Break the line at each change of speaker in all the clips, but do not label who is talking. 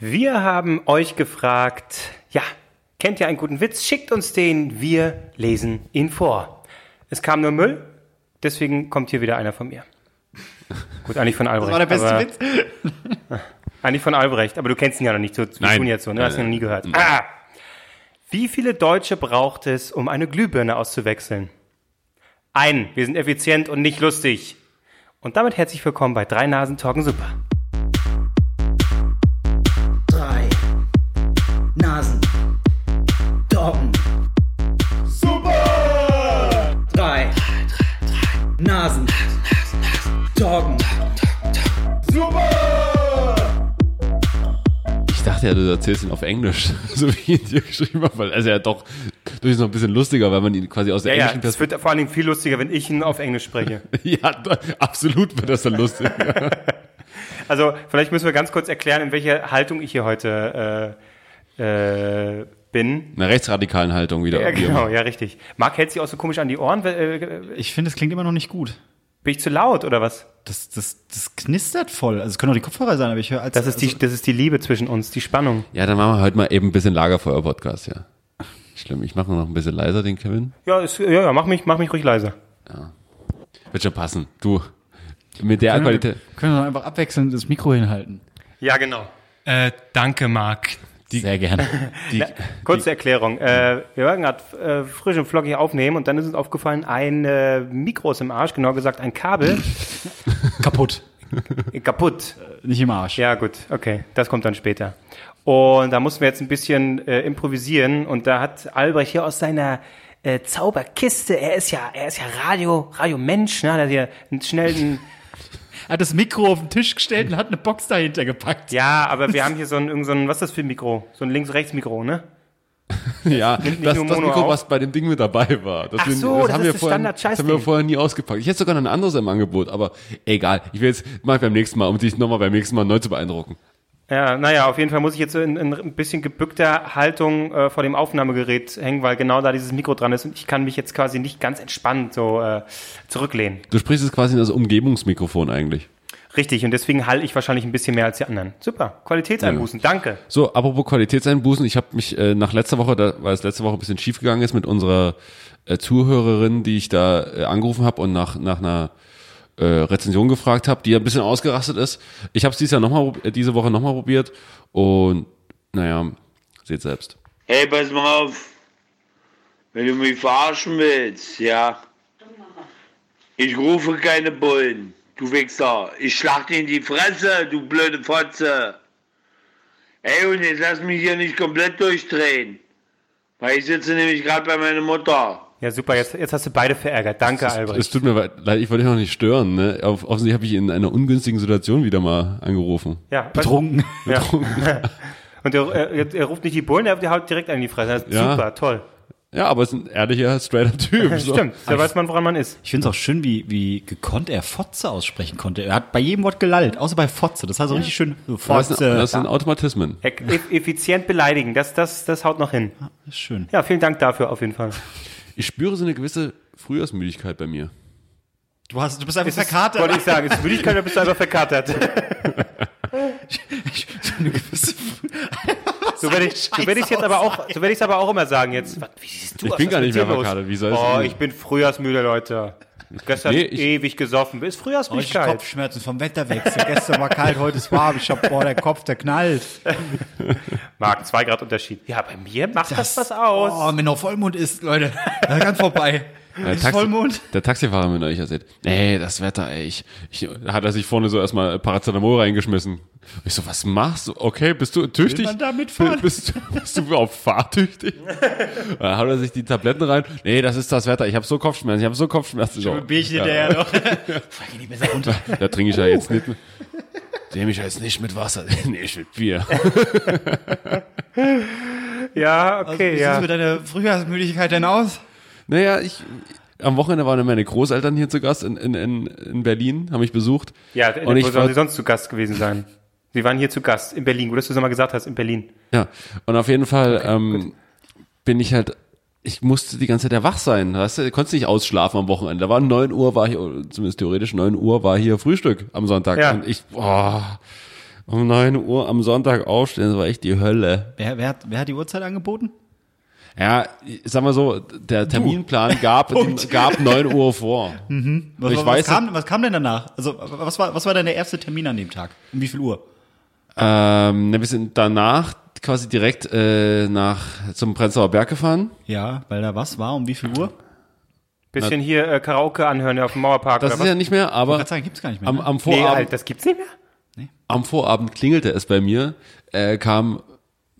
Wir haben euch gefragt, ja, kennt ihr einen guten Witz? Schickt uns den, wir lesen ihn vor. Es kam nur Müll, deswegen kommt hier wieder einer von mir. Gut, eigentlich von Albrecht.
war der beste
aber,
Witz.
Eigentlich von Albrecht, aber du kennst ihn ja noch nicht. So, wir
Nein.
tun jetzt so, ne? Hast ihn noch nie gehört.
Nein.
Ah! Wie viele Deutsche braucht es, um eine Glühbirne auszuwechseln? Ein. Wir sind effizient und nicht lustig. Und damit herzlich willkommen bei Drei Nasen Talken Super.
drei Nasen. Doggen. Super! Drei, Nasen. Doggen.
Ich dachte ja, du erzählst ihn auf Englisch, so wie ich ihn dir geschrieben habe, weil also ja doch durchaus noch ein bisschen lustiger, weil man ihn quasi aus der
Ja, ja,
englischen
das wird vor allen Dingen viel lustiger, wenn ich ihn auf Englisch spreche.
Perspektive. Ja, da- absolut wird das dann lustig.
Also vielleicht müssen wir ganz kurz erklären, in welcher Haltung ich hier heute äh, äh, bin.
Eine rechtsradikalen Haltung wieder.
Ja,
irgendwie.
genau, ja, richtig. Marc hält sich auch so komisch an die Ohren. Äh, äh,
Ich finde, es klingt immer noch nicht gut.
Bin ich zu laut oder was?
Das, das, das knistert voll. Also es können auch die Kopfhörer sein, aber ich höre als also,
Das ist, die, das ist die Liebe zwischen uns, die Spannung.
Ja, dann machen wir heute mal eben ein bisschen Lagerfeuer-Podcast, ja. Schlimm, ich mache noch ein bisschen leiser den Kevin.
Ja, ist, ja, ja mach, mich, mach mich ruhig leiser.
Wird schon passen. Du, mit der Qualität.
können wir doch einfach abwechselnd das Mikro hinhalten.
Ja, genau. Äh, danke, Marc.
Sehr gerne. Die,
Kurze Erklärung. Äh, wir wollten gerade äh, frisch und flockig aufnehmen und dann ist uns aufgefallen, ein äh, Mikro ist im Arsch, genau gesagt ein Kabel,
Kaputt.
äh, kaputt.
Nicht im Arsch.
Ja, gut, okay, das kommt dann später. Und da mussten wir jetzt ein bisschen äh, improvisieren und da hat Albrecht hier aus seiner äh, Zauberkiste, er ist ja, er ist ja Radio, Radio-Mensch, ne? Da hat hier einen schnellen,
Hat das Mikro auf den Tisch gestellt und hat eine Box dahinter gepackt.
ja, aber wir haben hier so ein, irgend so ein, was ist das für ein Mikro? So ein Links-Rechts-Mikro, ne?
ja,
nicht
das, das
nur Mono
Mikro,
auf.
was bei dem Ding mit dabei war. Das,
Ach so, das ist
wir-
das
vorher, Das haben wir
Standard-Scheißding.
vorher nie ausgepackt. Ich hätte sogar noch ein anderes im Angebot, aber egal. Ich will jetzt, mach ich beim nächsten Mal, um dich nochmal beim nächsten Mal neu zu beeindrucken.
Ja, naja, auf jeden Fall muss ich jetzt in, in ein bisschen gebückter Haltung äh, vor dem Aufnahmegerät hängen, weil genau da dieses Mikro dran ist und ich kann mich jetzt quasi nicht ganz entspannt so äh, zurücklehnen.
Du sprichst jetzt quasi in das Umgebungsmikrofon eigentlich.
Richtig, und deswegen hall ich wahrscheinlich ein bisschen mehr als die anderen. Super, Qualitätseinbußen, danke.
So, apropos Qualitätseinbußen, ich habe mich äh, nach letzter Woche, da, weil es letzte Woche ein bisschen schief gegangen ist mit unserer äh, Zuhörerin, die ich da äh, angerufen habe und nach, nach einer äh, Rezension gefragt habe, die ein bisschen ausgerastet ist. Ich habe es dieses Jahr noch mal, prob- äh, diese Woche nochmal probiert und naja, seht selbst.
Hey, pass mal auf. Wenn du mich verarschen willst, ja. Ich rufe keine Bullen, du Wichser. Ich schlag dir in die Fresse, du blöde Fotze. Ey, und jetzt lass mich hier nicht komplett durchdrehen. Weil ich sitze nämlich gerade bei meiner Mutter.
Ja, super, jetzt, jetzt hast du beide verärgert. Danke, Albrecht.
Es tut mir leid, ich wollte dich noch nicht stören. Ne? Auf, offensichtlich habe ich in einer ungünstigen Situation wieder mal angerufen.
ja,
Betrunken.
Ja. und er, er, er ruft nicht die Bullen, er haut direkt einen in die Fresse. Das ist
Ja.
Super, toll.
Ja, aber es ist ein ehrlicher, straighter Typ. so.
Stimmt, da weiß man, woran man ist.
Ich finde es auch schön, wie, wie gekonnt er Fotze aussprechen konnte. Er hat bei jedem Wort gelallt, außer bei Fotze. Das war so richtig schön. So
Das sind,
Fotze.
das sind Automatismen.
E effizient beleidigen, das, das, das haut noch hin.
Das ist schön.
Ja, vielen Dank dafür auf jeden Fall.
Ich spüre so eine gewisse Frühjahrsmüdigkeit bei mir.
Du, hast, du bist einfach
Es ist- Wollte ich
verkatert.
sagen, ist Müdigkeit, da bist du einfach verkatert.
So eine gewisse-
So werde ich so werde ich jetzt aber auch, so werde ich es aber auch immer sagen jetzt. Was, wie siehst du
Ich
aus?
bin
Was
gar
ist
nicht
mit dir
mehr
los?
verkatert, wie soll es
Oh,
denn?
ich bin frühjahrsmüde, Leute. Gestern
Nee, ich- Oh,
ewig gesoffen. Ist
ich
Frühjahrsmüdigkeit.
Kopfschmerzen vom Wetterwechsel. Gestern war kalt, heute ist warm. Ich hab, boah, der Kopf, der knallt.
Marc, zwei Grad Unterschied. Ja, bei mir macht das, was aus.
Oh, wenn noch Vollmond ist, Leute, dann ganz vorbei. ist Vollmond?
Der Taxifahrer mit euch erzählt, nee, das Wetter, ey, ich, ich, da hat er sich vorne so erstmal Paracetamol reingeschmissen. Ich so, was machst du? Okay, bist du tüchtig?
man da mitfahren?
Bist, du, bist du überhaupt fahrtüchtig? Dann hat er sich die Tabletten rein. Nee, das ist das Wetter. Ich habe so Kopfschmerzen, ich habe so Kopfschmerzen. So,
Bierchen hinterher ne? Uh. noch. Fuck, geh nicht besser runter.
da trinke ich ja jetzt nicht. Nehme ich ja jetzt nicht mit Wasser, nee, ich mit Bier. oh.
Ja,
Also,
okay,
Also, Wie
ja.
sieht's mit deiner Frühjahrsmüdigkeit denn aus?
Naja, ich, am Wochenende waren meine Großeltern hier zu Gast in, in, in, in Berlin, haben mich besucht.
Ja,
und
wo
ich
sollen
war,
sie sonst zu Gast gewesen sein? Sie waren hier zu Gast in Berlin. Gut, dass du es nochmal gesagt hast, in Berlin.
Ja, und auf jeden Fall ähm, bin ich halt, ich musste die ganze Zeit ja wach sein, weißt du, konntest nicht ausschlafen am Wochenende. Da war 9 Uhr, war hier, zumindest theoretisch 9 Uhr war hier Frühstück am Sonntag.
Ja.
Und ich, boah, um 9 Uhr am Sonntag aufstehen, das war echt die Hölle.
Wer, wer, hat, wer hat die Uhrzeit angeboten?
Ja, ich sag mal so, der Terminplan gab, gab 9 Uhr vor.
Was,
Ich
was,
weiß,
was, kam, was kam denn danach? Also, was war, was war denn der erste Termin an dem Tag? Um wie viel Uhr?
Ähm, ne, wir sind danach quasi direkt äh, nach zum Prenzlauer Berg gefahren.
Ja, weil da was war, um wie viel Uhr?
Bisschen hier äh, Karaoke anhören auf dem Mauerpark
Das
oder
ist
was?
ja nicht mehr,
Ich
aber
wollte sagen, gibt's gar nicht mehr.
am,
ne?
am,
nee,
Vorabend,
halt, das gibt's nicht mehr.
am Vorabend klingelte es bei mir, äh, kamen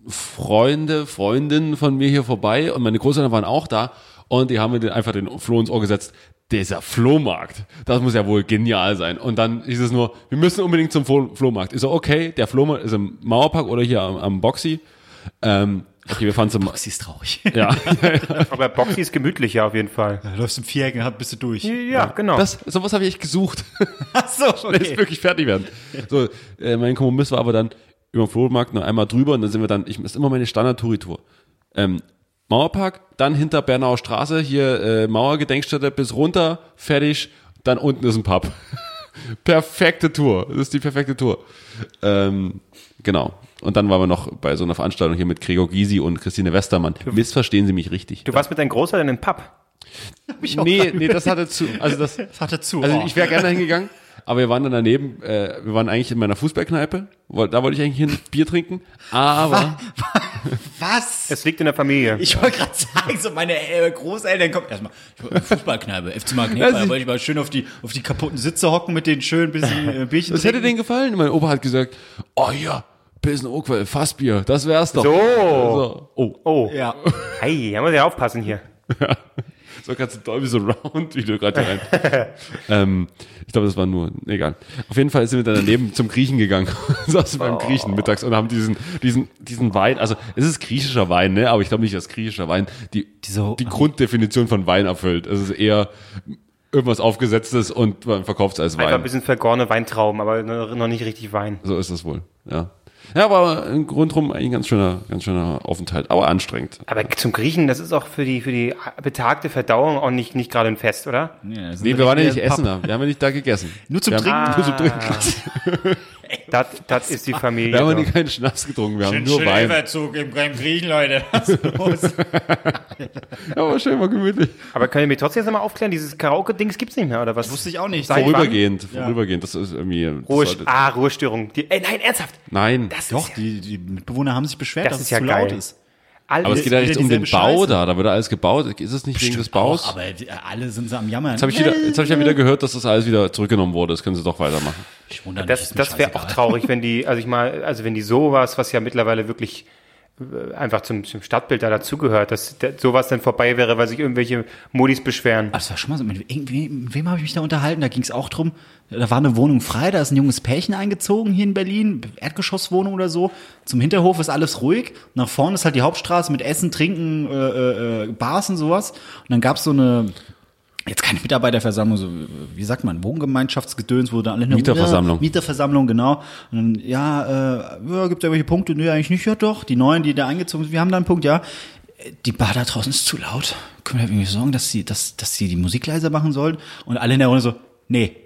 Freunde, Freundinnen von mir hier vorbei und meine Großeltern waren auch da und die haben mir den, einfach den Floh ins Ohr gesetzt. Dieser Flohmarkt, das muss ja wohl genial sein. Und dann hieß es nur, wir müssen unbedingt zum Flo Flohmarkt. Ich so, okay, der Flohmarkt ist im Mauerpark oder hier am, am Boxy. Ähm, okay, wir fahren zum...
Boxy ist traurig.
Ja,
Aber Boxy ist gemütlicher auf jeden Fall.
Da läufst du im Viereck und bist du durch.
Ja, genau.
das, sowas habe ich echt gesucht.
Ach so,
okay. wirklich fertig werden. So, äh, mein Kompromiss war aber dann über den Flohmarkt noch einmal drüber und dann sind wir dann, ich das ist immer meine Standard-Touri-Tour. Ähm, Mauerpark, dann hinter Bernauer Straße, hier äh, Mauergedenkstätte bis runter, fertig, dann unten ist ein Pub. perfekte Tour, das ist die perfekte Tour. Ähm, genau. Und dann waren wir noch bei so einer Veranstaltung hier mit Gregor Gysi und Christine Westermann. Missverstehen Sie mich richtig.
Du warst mit deinen Großeltern im Pub.
Nee, nee, das hatte zu, also das,
Das hatte zu.
also
oh.
ich wäre gerne hingegangen, aber wir waren dann daneben, äh, wir waren eigentlich in meiner Fußballkneipe, woll- da wollte ich eigentlich hin Bier trinken, aber
was?
Es liegt in der Familie.
Ich wollte gerade sagen, so meine äh, Großeltern kommen erstmal ich- Fußballkneipe, FC Magnepa,
Das ist-
da wollte ich mal schön auf die auf die kaputten Sitze hocken mit den schönen bisschen äh, Bierchen.
das hätte
trinken.
denen gefallen. Mein Opa hat gesagt, oh ja, Pilsen Urquell, Fassbier, das wär's doch.
So.
Also, oh,
Oh.
ja.
Hey, da muss ich aufpassen hier.
so kannst du Dolby Surround, wie du gerade hier rein. ähm, ich glaube, das war nur, egal. Auf jeden Fall sind wir dann daneben zum Griechen gegangen, saßen beim Griechen mittags und haben diesen, diesen, diesen Wein, also es ist griechischer Wein, ne? aber ich glaube nicht, dass griechischer Wein die,
Diese-
die Grunddefinition von Wein erfüllt. Es ist eher irgendwas Aufgesetztes und man verkauft es als
Einfach ein
Wein.
bisschen vergorene Weintrauben, aber noch noch nicht richtig Wein.
So ist es wohl, ja. Ja, aber im Grund rum eigentlich ein ganz schöner, ganz schöner Aufenthalt, aber anstrengend.
Aber zum Griechen, das ist auch für die, für die betagte Verdauung auch nicht, nicht gerade ein Fest, oder?
Ja,
Nee, wir waren ja nicht essen da. Wir haben ja nicht da gegessen.
Nur zum
wir haben-
Trinken.
Nur zum Trinken.
Das, das ist die Familie.
Wir haben ja
so.
nicht keinen Schnaps getrunken, wir haben nur Wein.
Überzug im beim Griechen, Leute. Was ist los?
Aber schön mal gemütlich.
Aber können wir mich trotzdem jetzt nochmal aufklären? Dieses Karaoke-Dings gibt's nicht mehr, oder was?
Wusste ich auch nicht.
Seit-
Vorübergehend, vorübergehend, das ist irgendwie. das
Ruhe,
sollte-
ah, Ruhestörung. Die, ey, nein, ernsthaft.
Nein,
Das
Doch,
ist ja,
die, die Mitbewohner haben sich beschwert,
Das
dass
ist
es
ja
zu laut
geil.
ist.
alles,
aber es geht ja
wieder
nicht um den
dieselbe
Bau
Scheiße.
da, da wird alles gebaut. Ist es nicht wegen des Baus?
Auch, aber die- alle sind so am Jammern.
Jetzt habe ich, wieder- jetzt hab ich ja wieder gehört, dass das alles wieder zurückgenommen wurde. Das können sie doch weitermachen.
Ich wundere mich,
das
ist mir
das wäre auch
scheißegal.
traurig, wenn die, also ich mal, also wenn die sowas, was ja mittlerweile wirklich äh, einfach zum, zum Stadtbild da dazugehört, dass der, sowas dann vorbei wäre, weil sich irgendwelche Modis beschweren.
Ah, Das war schon mal so. Mit, irgendwie, mit wem habe ich mich da unterhalten? Da ging es auch drum. Da war eine Wohnung frei, da ist ein junges Pärchen eingezogen hier in Berlin, Erdgeschosswohnung oder so. Zum Hinterhof ist alles ruhig. Nach vorne ist halt die Hauptstraße mit Essen, Trinken, äh, äh, äh, Bars und sowas. Und dann gab es so eine, jetzt keine Mitarbeiterversammlung, so wie sagt man, Wohngemeinschaftsgedöns, wo dann alle
Mieterversammlung.
Mieterversammlung, genau. Und dann, ja, äh, ja, gibt es irgendwelche Punkte? Nö, eigentlich nicht. Ja, doch. Die neuen, die da eingezogen sind, wir haben da einen Punkt, ja. Äh, Die Bar da draußen ist zu laut. Können wir irgendwie sorgen, dass sie, dass, dass sie die Musik leiser machen sollen? Und alle in der Runde so, nee.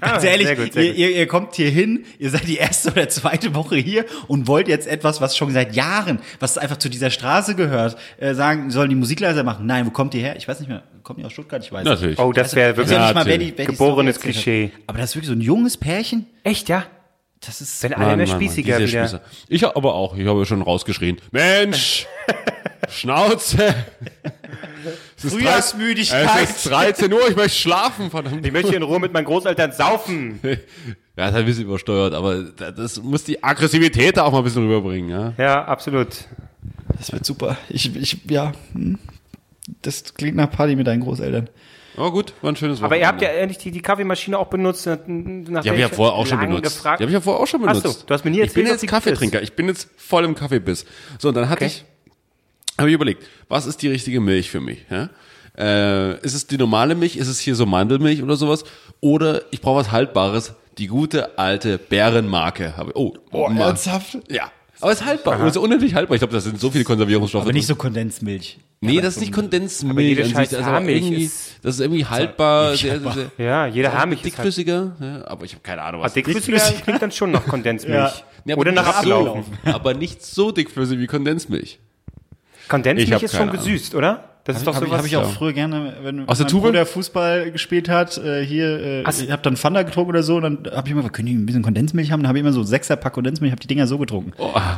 Ganz
Ah,
ehrlich,
sehr gut, sehr
ihr,
gut.
Ihr, ihr kommt hier hin, ihr seid die erste oder zweite Woche hier und wollt jetzt etwas, was schon seit Jahren, was einfach zu dieser Straße gehört, äh, sagen, sollen die Musik leiser machen? Nein, wo kommt ihr her? Ich weiß nicht mehr. Kommt ihr aus Stuttgart? Ich weiß nicht.
Natürlich.
Oh, das wäre
Ich weiß ja
wirklich
nicht mal, wer die-
natürlich.
wer die
Geborenes
Story erzählt
Klischee.
Hat. Aber das ist wirklich so ein junges Pärchen.
echt, ja?
Das ist
Wenn alle mehr spießiger
diese
wieder.
Spießer. Ich hab aber auch, ich habe schon rausgeschrien. Mensch! Schnauze! Es ist
Frühjahrsmüdigkeit.
13 Es ist 13 Uhr, ich möchte schlafen, verdammt.
Ich möchte in Ruhe mit meinen Großeltern saufen.
Ja, ist halt ein bisschen übersteuert, aber das das muss die Aggressivität da auch mal ein bisschen rüberbringen, ja.
Ja, absolut.
Das wird super. Ich, ich, ja. hm. Das klingt nach Party mit deinen Großeltern.
Aber gut, war ein schönes Wochenende.
Aber ihr habt ja endlich die, die Kaffeemaschine auch benutzt. Die
Die habe ich ja vorher auch schon benutzt.
Gefragt.
Die habe ich ja vorher auch schon benutzt.
Ach so, du hast mir nie
ich
erzählt,
bin
ob
jetzt
die gut
Kaffeetrinker. Ich bin jetzt voll im Kaffeebiss. So, und dann hatte ich, habe ich überlegt, was ist die richtige Milch für mich? Ja? Äh, ist es die normale Milch? Ist es hier so Mandelmilch oder sowas? Oder ich brauche was Haltbares. Die gute alte Bärenmarke. Habe ich. Oh, Mann.
ernsthaft?
Ja. Aber es ist haltbar. Es ist unendlich haltbar. Ich glaube, das sind so viele Konservierungsstoffe.
Aber nicht
drin.
so Kondensmilch.
nee, das ist nicht Kondensmilch.
jede
an sich.
scheiß
Das ist aber
Haarmilch
irgendwie-
ist-
Das ist irgendwie haltbar. Sehr, sehr,
haltbar.
sehr,
Ja, jeder Haarmilch ist halt-
Dickflüssiger. Ja, aber ich habe keine Ahnung, was
Dickflüssiger klingt dann schon nach Kondensmilch.
Ja.
Nee, aber
Oder nach
nicht
Ablauf.
so- Aber nicht so dickflüssig wie Kondensmilch. Ich hab
Kondensmilch ist schon
keine Ahnung.
gesüßt, oder? Das ist doch
Habe ich,
sowas.
hab ich auch früher gerne, wenn
Aus der Tube?
der Fußball gespielt hat, äh, hier, äh,
Hast-
ich habe dann Fanta getrunken oder so, und dann habe ich immer gesagt, können die ein bisschen Kondensmilch haben? Dann habe ich immer so sechser Pack Kondensmilch, habe die Dinger so getrunken.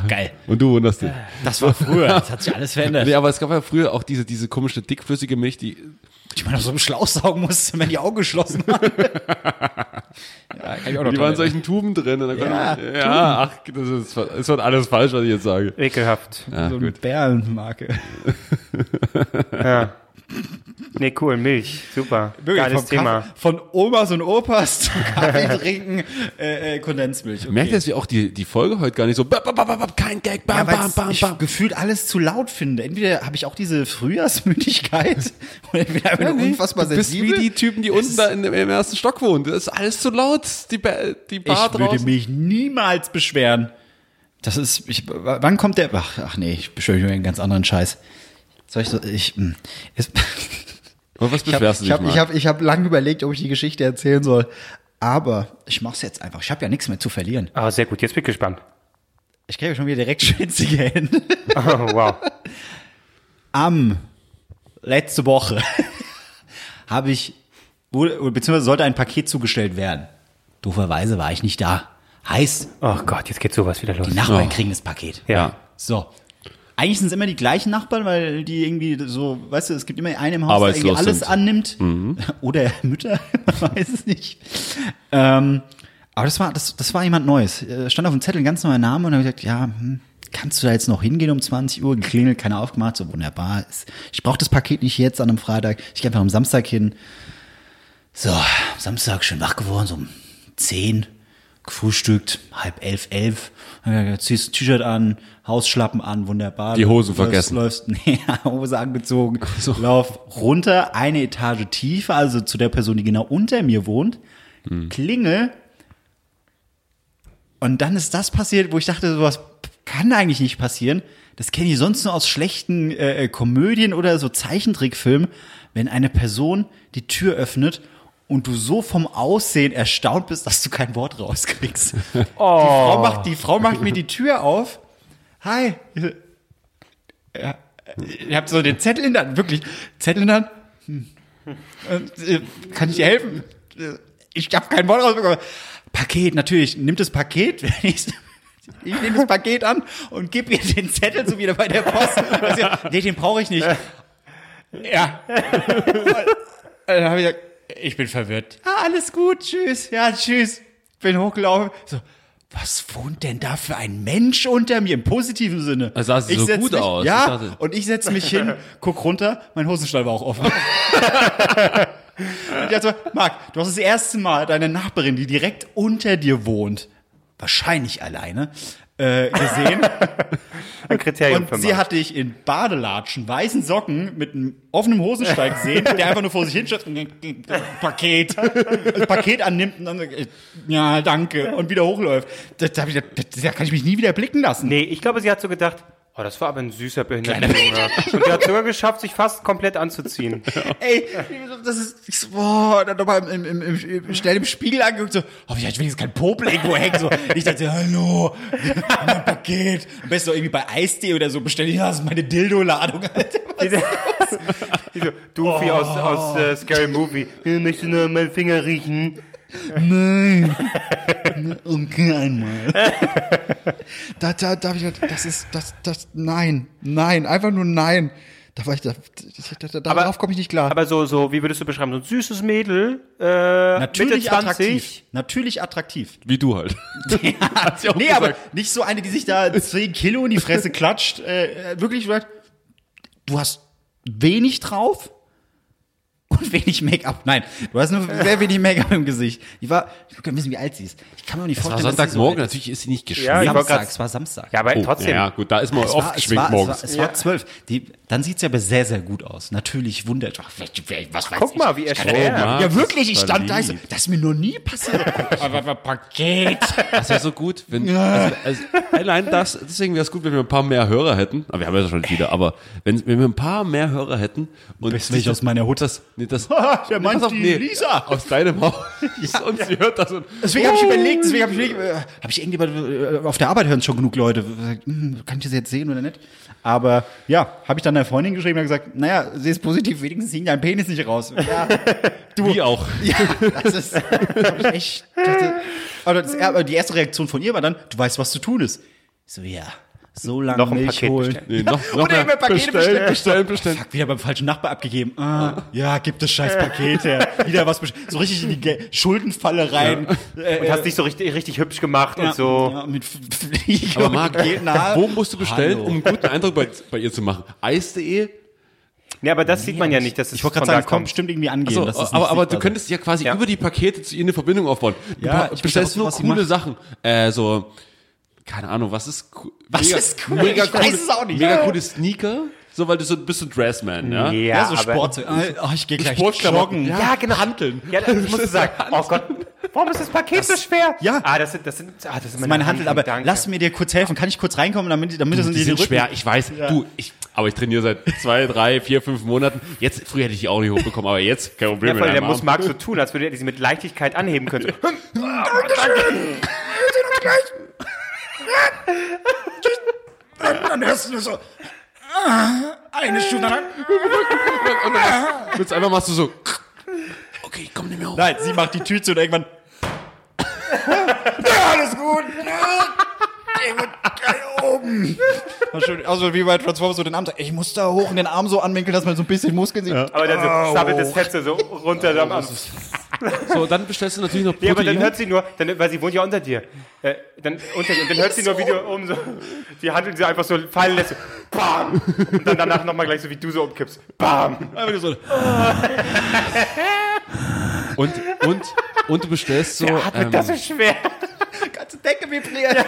Geil.
Und du wunderst dich.
Das war früher, das hat sich alles verändert.
Nee, aber es gab ja früher auch diese, diese komische dickflüssige Milch, die.
Die man auf so einem Schlauch saugen musste, wenn die Augen geschlossen waren. ja, kann ich auch noch
Die waren in
dran
solchen Tuben drin. Und dann
Ja,
konnte- ja ach, das ist, das wird alles falsch, was ich jetzt sage.
Ekelhaft.
erinnern. so eine Bärenmarke.
Ja. Nee, cool, Milch. Super. Geiles
vom
Thema.
Kaffee- von Omas und Opas zu Kaffee trinken, äh, äh, Kondensmilch. Okay.
Merkt ihr, dass wir auch die, die Folge heute gar nicht so. Bap, bap, bap, bap, kein Gag, bam,
Ja, weil
bam, bam,
ich
bam.
gefühlt alles zu laut finde. Entweder habe ich auch diese Frühjahrsmüdigkeit oder entweder einfach nur unfassbar
du bist wie
sensibel.
die Typen, die unten da in, im ersten Stock wohnen. Das ist alles zu laut. Die, Ba- die
ich
Bar
würde
draußen.
mich niemals beschweren. Das ist, ich, w- wann kommt der, ach, ach nee, ich beschwöre mich über einen ganz anderen Scheiß. Soll ich so, ich, mh, ist,
Aber was
ich habe
beschwerst
ich hab,
du dich
ich
mal?
hab, ich hab lange überlegt, ob ich die Geschichte erzählen soll. Aber ich mach's jetzt einfach. Ich habe ja nichts mehr zu verlieren.
Ah, sehr gut, jetzt bin ich gespannt.
Ich kriege schon wieder direkt schwitzige Hände.
Oh, wow.
am letzte Woche habe ich wurde, oder beziehungsweise sollte ein Paket zugestellt werden. Dooferweise war ich nicht da. Heißt,
Oh Gott, jetzt geht sowas wieder los.
die Nachbarn
Oh.
kriegen das Paket.
ja.
So. Eigentlich sind es immer die gleichen Nachbarn, weil die irgendwie so, weißt du, es gibt immer einen im Haus, der
Arbeitslos
irgendwie alles
sind. Mhm.
annimmt. Oder Mütter, man weiß es nicht. Ähm, aber das war, das, das war jemand Neues. Äh, Stand auf dem Zettel ein ganz neuer Name und habe gesagt, ja, hm, kannst du da jetzt noch hingehen um 20 Uhr? Geklingelt, keiner aufgemacht, so wunderbar. Ist- Ich brauche das Paket nicht jetzt an einem Freitag. Ich gehe einfach am Samstag hin. So, am Samstag schön wach geworden, so um 10, gefrühstückt, halb elf, elf. Äh, Ziehst ein T-Shirt an, Hausschlappen an, wunderbar.
Die Hosen
läufst,
vergessen.
Läufst, nee, Hose angezogen, lauf runter, eine Etage tiefer, also zu der Person, die genau unter mir wohnt,
Hm.
klingel. Und dann ist das passiert, wo ich dachte, sowas kann eigentlich nicht passieren. Das kenne ich sonst nur aus schlechten äh, Komödien oder so Zeichentrickfilmen, wenn eine Person die Tür öffnet und du so vom Aussehen erstaunt bist, dass du kein Wort rauskriegst. Die, Frau macht, die Frau macht mir die Tür auf. Hi. Ich so, ja, Ihr habt so den Zettel in der Hand, wirklich. Zettel in der Hand. Und, äh, kann ich dir helfen? Äh, Ich habe kein Wort rausbekommen. Paket, natürlich. Nimmt das Paket. wenn ich's- Ich nehme das Paket an und gebe ihr den Zettel so wieder bei der Post. Und sie, nee, den brauche ich nicht. Ja. Dann habe ich gesagt, ich bin verwirrt. Ah, alles gut, tschüss. Ja, tschüss. Bin hochgelaufen. So, was wohnt denn da für ein Mensch unter mir im positiven Sinne?
Er sah so
Ich setz
gut
mich,
aus. Ich
Ja,
dachte-
und ich setze mich hin, guck runter, mein Hosenstall war auch offen. und ich dachte, Marc, du hast das erste Mal deine Nachbarin, die direkt unter dir wohnt, wahrscheinlich alleine, äh, gesehen.
Ein Kriterium für
Und sie
Mann.
hat dich in Badelatschen, weißen Socken mit einem offenen Hosenstall gesehen, der einfach nur vor sich hinschafft und Paket, das Paket annimmt und dann sagt, äh, ja, danke, und wieder hochläuft. Da, da, hab ich gedacht, da, da kann ich mich nie wieder blicken lassen.
Nee, ich glaube, sie hat so gedacht, oh, das war aber ein süßer behinderter Junge. Und sie hat sogar geschafft, sich fast komplett anzuziehen.
Ey, das ist, ich so, boah, dann nochmal im, im, im, im, schnell im Spiegel angeguckt, so, oh, hoffentlich hat wenigstens kein Popel irgendwo hängen, so. Ich dachte, hallo, mein Paket. Am besten noch irgendwie bei Eisdee oder so bestelle ich, ja, das ist meine Dildo-Ladung, Alter.
Sie so, Doofy aus, aus äh, Scary Movie. Äh, Möchtest du nur meinen Finger riechen?
Nein. Ne, Okay, einmal. da, da, da hab ich gedacht, das ist, das, das, nein, nein, einfach nur nein. Da war ich, da, da, da,
Aber-
darauf komme ich nicht klar.
Aber so, so, wie würdest du beschreiben? So ein süßes Mädel, äh, Mitte 20.
natürlich attraktiv.
Wie du halt. Hat sie auch
Nee,
gesagt.
aber nicht so eine, die sich da 10 Kilo in die Fresse klatscht. Äh, äh, wirklich, Leute, du hast wenig drauf und wenig Make-up. Nein, du hast nur sehr wenig Make-up im Gesicht. Ich war, ich will wissen, wie alt sie ist. Ich kann mir auch nicht
Es war
vorstellen, dass sie so
Sonntagmorgen,
alt ist.
natürlich ist sie nicht
Ja,
geschminkt.
ich wollte
Samstag,
grad-
es war Samstag.
Ja, aber
Oh,
trotzdem.
Ja, gut, da ist man
Es
oft
war, es
geschminkt
war,
morgens.
Es war, es war zwölf. Die, dann sieht's ja aber sehr, sehr gut aus. Natürlich wundert. Ach, wer- wer- was weiß
Guck
ich.
mal, wie
ich
er
kann-
schnell-
Marc,
Ja, wirklich, ich
das
stand da.
war
Ich so,
lieb.
das ist mir noch nie passiert. aber, aber Paket.
Das wäre so gut, wenn. Also, also, allein das, deswegen wäre es gut, wenn wir ein paar mehr Hörer hätten. Aber wir haben ja schon viele, aber wenn, wenn wir ein paar mehr Hörer hätten und
Bist nicht aus meiner Hut.
Das, nee, das.
Der meint
Pass auf,
die
nee,
Lisa.
Aus deinem Haus. und sie hört das und.
Deswegen habe ich überlegt, deswegen habe ich überlegt, äh, habe ich irgendjemand, äh, auf der Arbeit hören schon genug Leute, hm, kann ich das jetzt sehen oder nicht? Aber ja, habe ich dann einer Freundin geschrieben und gesagt, naja, sie ist positiv, wenigstens hing dein Penis nicht raus. Ja,
Du. Wie auch.
ja das ist hab ich echt. Dachte, aber das, aber die erste Reaktion von ihr war dann, du weißt, was zu tun ist. Ich so, ja, so lange
Noch ein
Milch
Paket
holen.
bestellen.
Nee, noch, noch
Oder
mehr.
immer Pakete
bestellen,
bestellen.
bestellen, bestellen.
Fuck, wieder beim falschen Nachbar abgegeben. Ah, ja, gibt das scheiß Paket her. Wieder was, bestell- so richtig in die Ge Schuldenfalle rein. Äh,
Und hast dich so richtig, richtig hübsch gemacht
Ja,
und so.
Ja, mit F- Fliege
Aber
und
Marc,
jeden Haar.
wo musst du bestellen,
Hallo.
um einen guten Eindruck bei, bei ihr zu machen? Eis.de?
Nee, aber das sieht man ja nicht, dass es
ich wollte gerade
von
sagen,
da
es kommt bestimmt irgendwie angehen.
So,
dass es nicht
aber, aber du
sichtbar
könntest ja quasi
Ja.
über die Pakete zu ihr eine Verbindung aufbauen. Du
Ja,
pa-
ich
bestellst
verstehe
nur
auch, was sie
coole
macht.
Sachen. Äh, so, keine Ahnung, was ist cool?
Was ist cool?
Mega
Ich weiß
coole-
es auch nicht.
Mega coole Sneaker, so, weil du so bist ein Dressman, ja?
sein.
Ja,
Ja, so
aber-
Sport. Oh, ich gehe gleich
Sportklamotten.
joggen.
Ja.
Ja, genau. Handeln. Ja, da- ich musste sagen, oh Gott, warum ist das Paket so schwer?
ja.
Ah, das sind, das sind, ah, das sind meine,
Meine Handel, aber
danke.
lass mir dir kurz helfen. Kann ich kurz reinkommen, damit, damit das in
Die sind
Rücken-
schwer, ich weiß.
Ja.
Du, ich, aber ich trainiere seit zwei, drei, vier, fünf Monaten. Jetzt, früher hätte ich die auch nicht hochbekommen, aber jetzt kein Problem.
Ja, voll,
mit
der
einem
muss
Arm.
Marc so tun, als würde er sie mit Leichtigkeit anheben können. So, hm,
Dann hörst du nur so. ah, Eine Stunde lang.
Und dann wird's einfach machst du so. Okay, komm nicht mehr hoch.
Nein, sie macht die Tür zu und irgendwann. ja, alles gut. Ja, ich bin geil oben. War schön, Also wie bei Transformers so den Arm. so, Ich muss da hoch und den Arm so anwinkeln, dass man so ein bisschen Muskeln sieht.
aber dann
Ah,
so, sabbelt
oh.
das Fetze so runter. dann am-
So, dann bestellst du natürlich noch Protein.
ja, aber dann hört sie nur, dann, weil sie wohnt ja unter dir. Äh, dann, unter, und dann hört sie nur, wie du um so, die Handel sie einfach so fallen lässt. so, Bam! Und dann danach nochmal gleich so, wie du so umkippst. Bam!
Einfach nur so. und, und, und du bestellst so. Ähm,
Das ist schwer.
ganze Decke vibriert.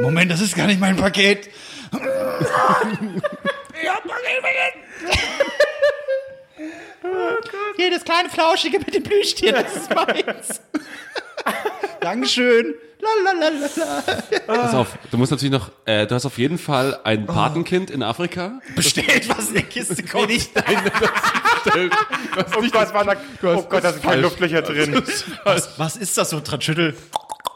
Moment, das ist gar nicht mein Paket. ich hab Paket vergessen. Hier, das kleine Flauschige mit dem Plüschtier, das ist meins. Dankeschön. Lalalala.
pass auf, du musst natürlich noch. Äh, du hast auf jeden Fall ein Patenkind in Afrika.
Bestellt, was in der Kiste kommt.
Oh Gott, war da, oh Gott, da sind keine Luftlöcher drin.
Was, was ist das so, Transchüttel?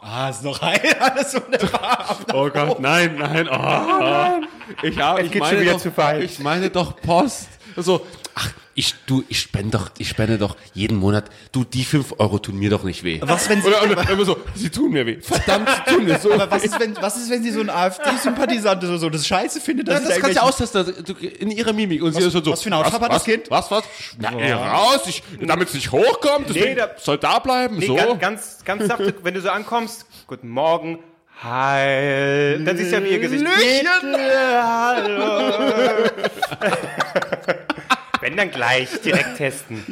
Ah, ist noch heil, alles wunderbar.
Oh Gott, nein, nein. Oh, nein. Ich, hab, ich,
geht schon
meine
wieder
doch,
zu weit.
ich meine doch Post. So, ach, ich, du, ich spende doch, ich spende doch jeden Monat. Du, die 5 Euro tun mir doch nicht weh.
Was, wenn sie-
Oder, oder immer so, sie tun mir weh. Verdammt, sie tun mir so
Aber was ist, wenn, was ist, wenn sie so ein AfD-Sympathisant ist oder so, das scheiße findet, dass
Ja,
sie
das
da
kannst du
irgendwelche-
austesten also, du, in ihrer Mimik. Und sie ist schon so,
was für eine Hautfarbe hat das Kind?
Was, was? Na, ihr raus, ich, damit es nicht hochkommt, deswegen
da-
soll da bleiben.
Nee,
so.
ganz, ganz, ganz saft, wenn du so ankommst, guten Morgen, hi. Und Dann siehst du ja wie ihr Gesicht. Bitte, hallo. wenn dann gleich direkt testen.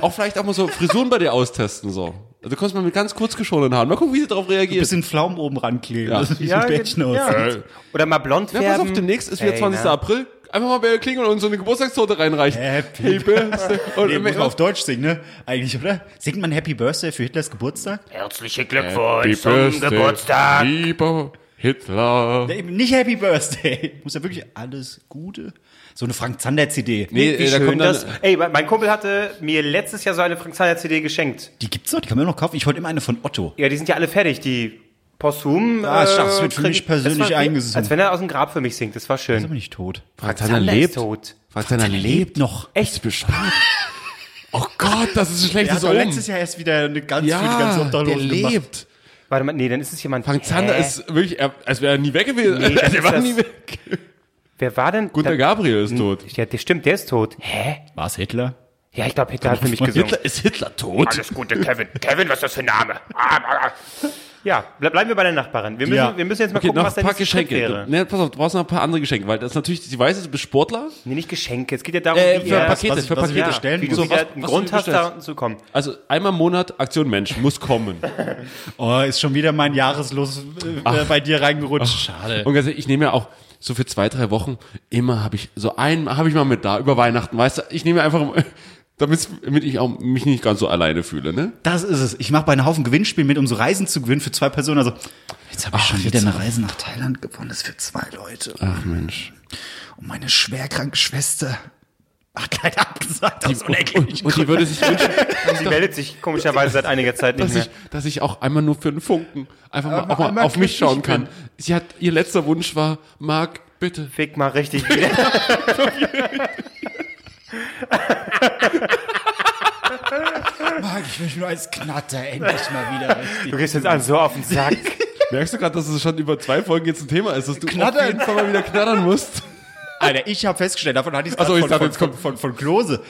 Auch vielleicht auch mal so Frisuren bei dir austesten. So. Also, du kommst mal mit ganz kurz geschorenen Haaren. Mal gucken, wie sie darauf reagiert.
bisschen Pflaumen oben rankleben.
Ja.
Das ist wie so
Ja,
ein Bärtchen aus.
ja. Oder mal blond
ja,
werden.
pass auf, demnächst ist wieder
Hey,
20.
na.
April. Einfach mal bei der Klinge und so eine Geburtstagstorte reinreichen.
Happy
Birthday. Und
Nee, muss man
immer
auf Deutsch singen, ne? Eigentlich, oder? Singt man Happy Birthday für Hitlers Geburtstag?
Herzlichen
Happy
Glückwunsch zum
Birthday,
Geburtstag.
Lieber Hitler.
Ja, eben nicht Happy Birthday. Muss ja wirklich alles Gute. So eine Frank Zander CD.
Nee,
Wie
äh, da
schön
kommen dann,
das. Ey, mein Kumpel hatte mir letztes Jahr so eine Frank Zander CD geschenkt.
Die gibt's noch, die kann man noch kaufen. Ich wollte immer eine von Otto.
Ja, die sind ja alle fertig, die posthum.
Ah, ich dachte, es wird für mich
kriegen-
persönlich
Es war-
eingesungen.
Als wenn er aus dem Grab für mich singt, das war
Ist
schön.
aber nicht tot.
Franz
Zander ist tot.
Franz Zander lebt
noch.
Echt bescheuert. Oh Gott, das ist ein
Der
schlechtes
hat doch
Omen.
letztes Jahr erst wieder eine ganz
um? Ja,
viele ganz
der
Obdachlose gemacht.
lebt.
Warte mal, nee, dann ist es jemand.
Frank Zander
Hä?
ist wirklich, er, als wäre er nie weg gewesen.
Nee, das
der
ist
war
das-
nie weg. Hm.
Wer war denn?
Gunther
da,
Gabriel ist tot.
ja, der stimmt, der ist tot. Hä?
War's Hitler?
Ja, ich glaube, Hitler hat für mich gesungen.
ist Hitler tot?
Alles Gute, Kevin. Kevin, was ist das für ein Name? Ah, ah, ah. Ja, ble bleiben wir bei der Nachbarin. Wir müssen,
Ja.
wir müssen jetzt mal
Okay,
gucken,
noch
was
ein
dein
paar
nächster Schritt
Geschenke.
wäre.
Ne, pass auf, du brauchst noch ein paar andere Geschenke, weil das ist natürlich, sie weiß, du bist Sportler.
Nee, nicht Geschenke. Es geht ja darum,
Äh,
wie
für
er-
Pakete,
was ich,
für
was
Pakete
ich wieder
ja,
stellen
wie du
muss.
so
was-
wieder einen
was
Grund
du
hast,
bestellst.
da zu kommen.
Also einmal im Monat Aktion Mensch muss kommen.
Oh, ist schon wieder mein Jahreslos äh, äh, bei dir reingerutscht. Schade.
Und ganz ehrlich, ich nehme ja auch so für zwei, drei Wochen immer habe ich so einen habe ich mal mit da über Weihnachten, weißt du, ich nehme einfach damit damit ich auch mich nicht ganz so alleine fühle, ne?
Das ist es. Ich mache bei einem Haufen Gewinnspiel mit, um so Reisen zu gewinnen für zwei Personen. Also, jetzt habe ich schon wieder eine Reise
Ah.
nach Thailand gewonnen. Das ist für zwei Leute.
Ach Mensch.
Und meine schwerkranke Schwester acht Leute abgesagt aus
Und,
unerklärlichen
und die würde sich wünschen,
Sie meldet sich komischerweise seit einiger Zeit nicht
dass
mehr.
ich, dass ich auch einmal nur für einen Funken einfach mal,
Einmal-
auch mal
einmal
auf mich
glücklich
schauen kann.
bin.
Sie hat, ihr letzter Wunsch war, Marc, bitte.
Fick mal richtig wieder.
Marc, ich wünsche nur als Knatter endlich mal wieder
Du
richtig.
gehst jetzt an so auf den Sack.
Merkst du gerade, dass es schon über zwei Folgen jetzt ein Thema ist, dass du
Knattern.
Fall mal wieder knattern musst?
Alter, ich habe festgestellt, davon hatte ich es
Ach so, ich
von,
dachte,
von,
jetzt
von,
kommt-
von, von Klose.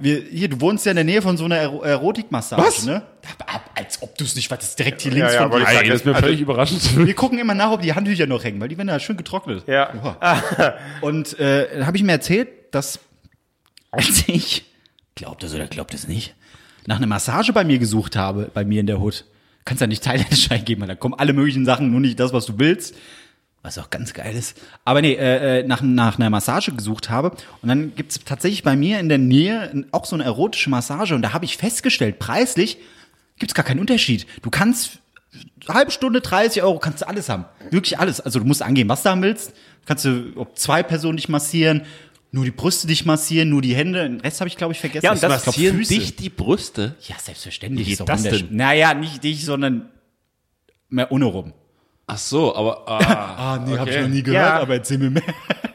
Wir, hier, du wohnst ja in der Nähe von so einer Ero Erotikmassage,
Was?
ne? Ab- Als ob du es nicht, weil das ist direkt hier links
ja,
von dir. Also,
wollte ich
Nein, das ist mir völlig überraschend.
Wir gucken immer nach, ob die Handtücher noch hängen, weil die werden ja schön getrocknet.
Ja. Ah.
Oha. Und äh, dann habe ich mir erzählt, dass als ich, glaubt es oder glaubt es nicht, nach einer Massage bei mir gesucht habe, bei mir in der Hut. Kannst ja nicht thailändisch eingeben, weil da kommen alle möglichen Sachen, nur nicht das, was du willst. Was auch ganz geil ist. Aber nee, äh, äh, nach, nach einer Massage gesucht habe. Und dann gibt's tatsächlich bei mir in der Nähe auch so eine erotische Massage. Und da habe ich festgestellt, preislich gibt's gar keinen Unterschied. Du kannst eine halbe Stunde, 30 Euro, kannst du alles haben. Wirklich alles. Also du musst angehen, was du haben willst. Kannst du, ob zwei Personen dich massieren, nur die Brüste dich massieren, nur die Hände. Den Rest habe ich, glaube ich, vergessen.
Ja, und das
glaub,
massieren
Füße.
die Brüste?
Ja, selbstverständlich.
Wie geht
Ist doch
das
wundersch-
denn?
Naja, nicht dich, sondern mehr ohne rum.
Ach so, aber ah,
Ah, nee,
hab ich noch
nie
gehört, Ja. aber
erzähl mir mehr.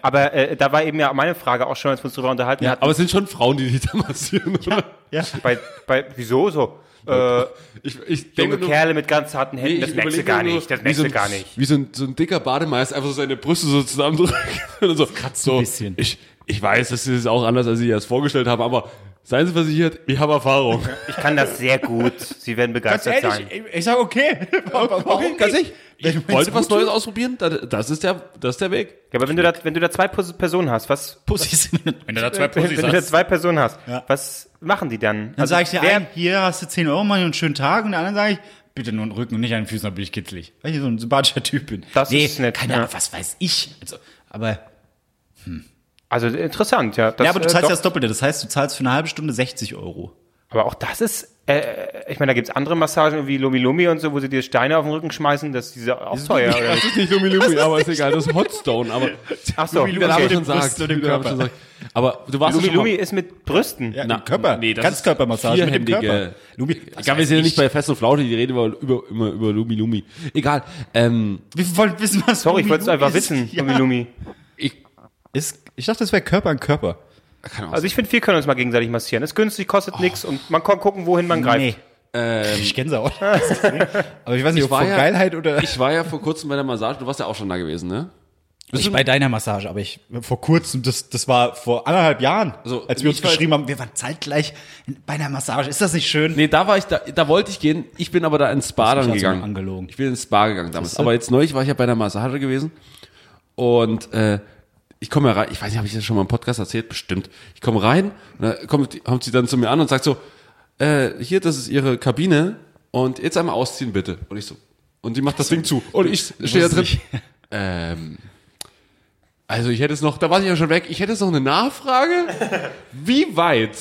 Aber äh, da war eben ja meine Frage auch schon, als wir uns drüber unterhalten hatten.
aber es sind schon Frauen, die dich da massieren, oder?
Ja.
Bei, bei, wieso so? Äh,
Ich, ich
junge
denke nur,
Kerle mit ganz harten
nee,
Händen,
ich
das merkst du
überlege
gar
nur,
nicht. Das
wie
merkst
so
du
ein-
gar nicht.
Wie so ein, so ein dicker Bademeister einfach so seine Brüste so zusammendrückt. und so, kratzt so,
ein bisschen.
Ich, ich weiß, das ist auch anders, als ich das vorgestellt habe, aber seien Sie versichert, ich habe Erfahrung.
Ich kann das sehr gut. Sie werden
Ganz
begeistert
ehrlich,
sein.
ich, ich sag okay. Warum
Okay, ganz
nicht?
ehrlich.
Wenn
Ich
du
wollte
jetzt
was
gut
Neues ausprobieren, da- das ist der, das ist der Weg.
Ja, aber wenn du, da, wenn du da zwei Pos- Personen hast, was.
Pussys. Wenn du da zwei
Wenn du da zwei Personen hast,
Ja.
was machen die dann? Also,
Dann sage ich dir
wer-
einen, hier hast du 10 Euro, Mann, und einen schönen Tag. Und der anderen sage ich, bitte nur einen Rücken und nicht an den Füßen, dann bin ich kitzlig. Weil ich so ein sympathischer Typ bin.
Das ist nett,
keine
ja.
Ahnung, was weiß ich. Also, aber,
Also interessant, ja. Das,
ja, aber du
äh,
zahlst
doch-
ja das Doppelte. Das heißt, du zahlst für eine halbe Stunde 60 Euro.
Aber auch das ist, äh, ich meine, da gibt's andere Massagen wie Lomi Lomi und so, wo sie dir Steine auf den Rücken schmeißen, dass diese auch teuer. Oder?
Das ist nicht Lumi Lumi, aber ist egal, das ist Hotstone, aber
Ach so,
wie der Name
okay.
schon sagt,
Brust und
wie
dem
der Name
Körper.
schon sagt. Aber du warst
Lumi
schon mal-
Lumi ist mit Brüsten.
Ja,
Na,
den Körper.
nee, das ist
Ganzkörpermassage mit dem Körper.
vierhändige-
Lumi,
Ich glaube, wir sind ja nicht bei Fest und Flaute, die reden über, über, immer über Lumi Lumi. Egal, ähm,
Wir wollen wissen, was
Sorry, ich
Lumi
wollte es
Lumi
einfach
ist.
wissen,
Ja.
Lumi Lumi.
ich
Ist, ich dachte, das wäre Körper an Körper.
kann auch
Also ich finde, wir können uns mal gegenseitig massieren. Ist günstig, kostet
Oh.
nix und man kann gucken, wohin man greift.
Ähm,
ich kenne sie auch. Aber ich weiß nicht, ob
war
von
ja-
Geilheit oder.
Ich war ja vor kurzem bei der Massage, du warst ja auch schon da gewesen, ne?
Ich bei deiner Massage, aber ich vor kurzem, das, das war vor anderthalb Jahren,
Also,
als wir uns
ich war-
geschrieben haben, wir waren zeitgleich in- bei einer Massage. Ist das nicht schön?
Nee, da war ich, da, da wollte ich gehen. Ich bin aber da ins Spa
mich
dann
also
gegangen.
mal angelogen.
Ich bin ins Spa gegangen damals. Aber jetzt neulich war ich ja bei einer Massage gewesen. Und äh, ich komme rein, ich weiß nicht, habe ich das schon mal im Podcast erzählt? Bestimmt. Ich komme rein und da kommt, die- kommt sie dann zu mir an und sagt so, äh, hier, das ist ihre Kabine und jetzt einmal ausziehen bitte. Und ich so, und die macht das Ding zu. Und ich stehe da
wusste
drin. Ähm, also ich hätte es noch, da war ich ja schon weg, ich hätte es noch eine Nachfrage. Wie weit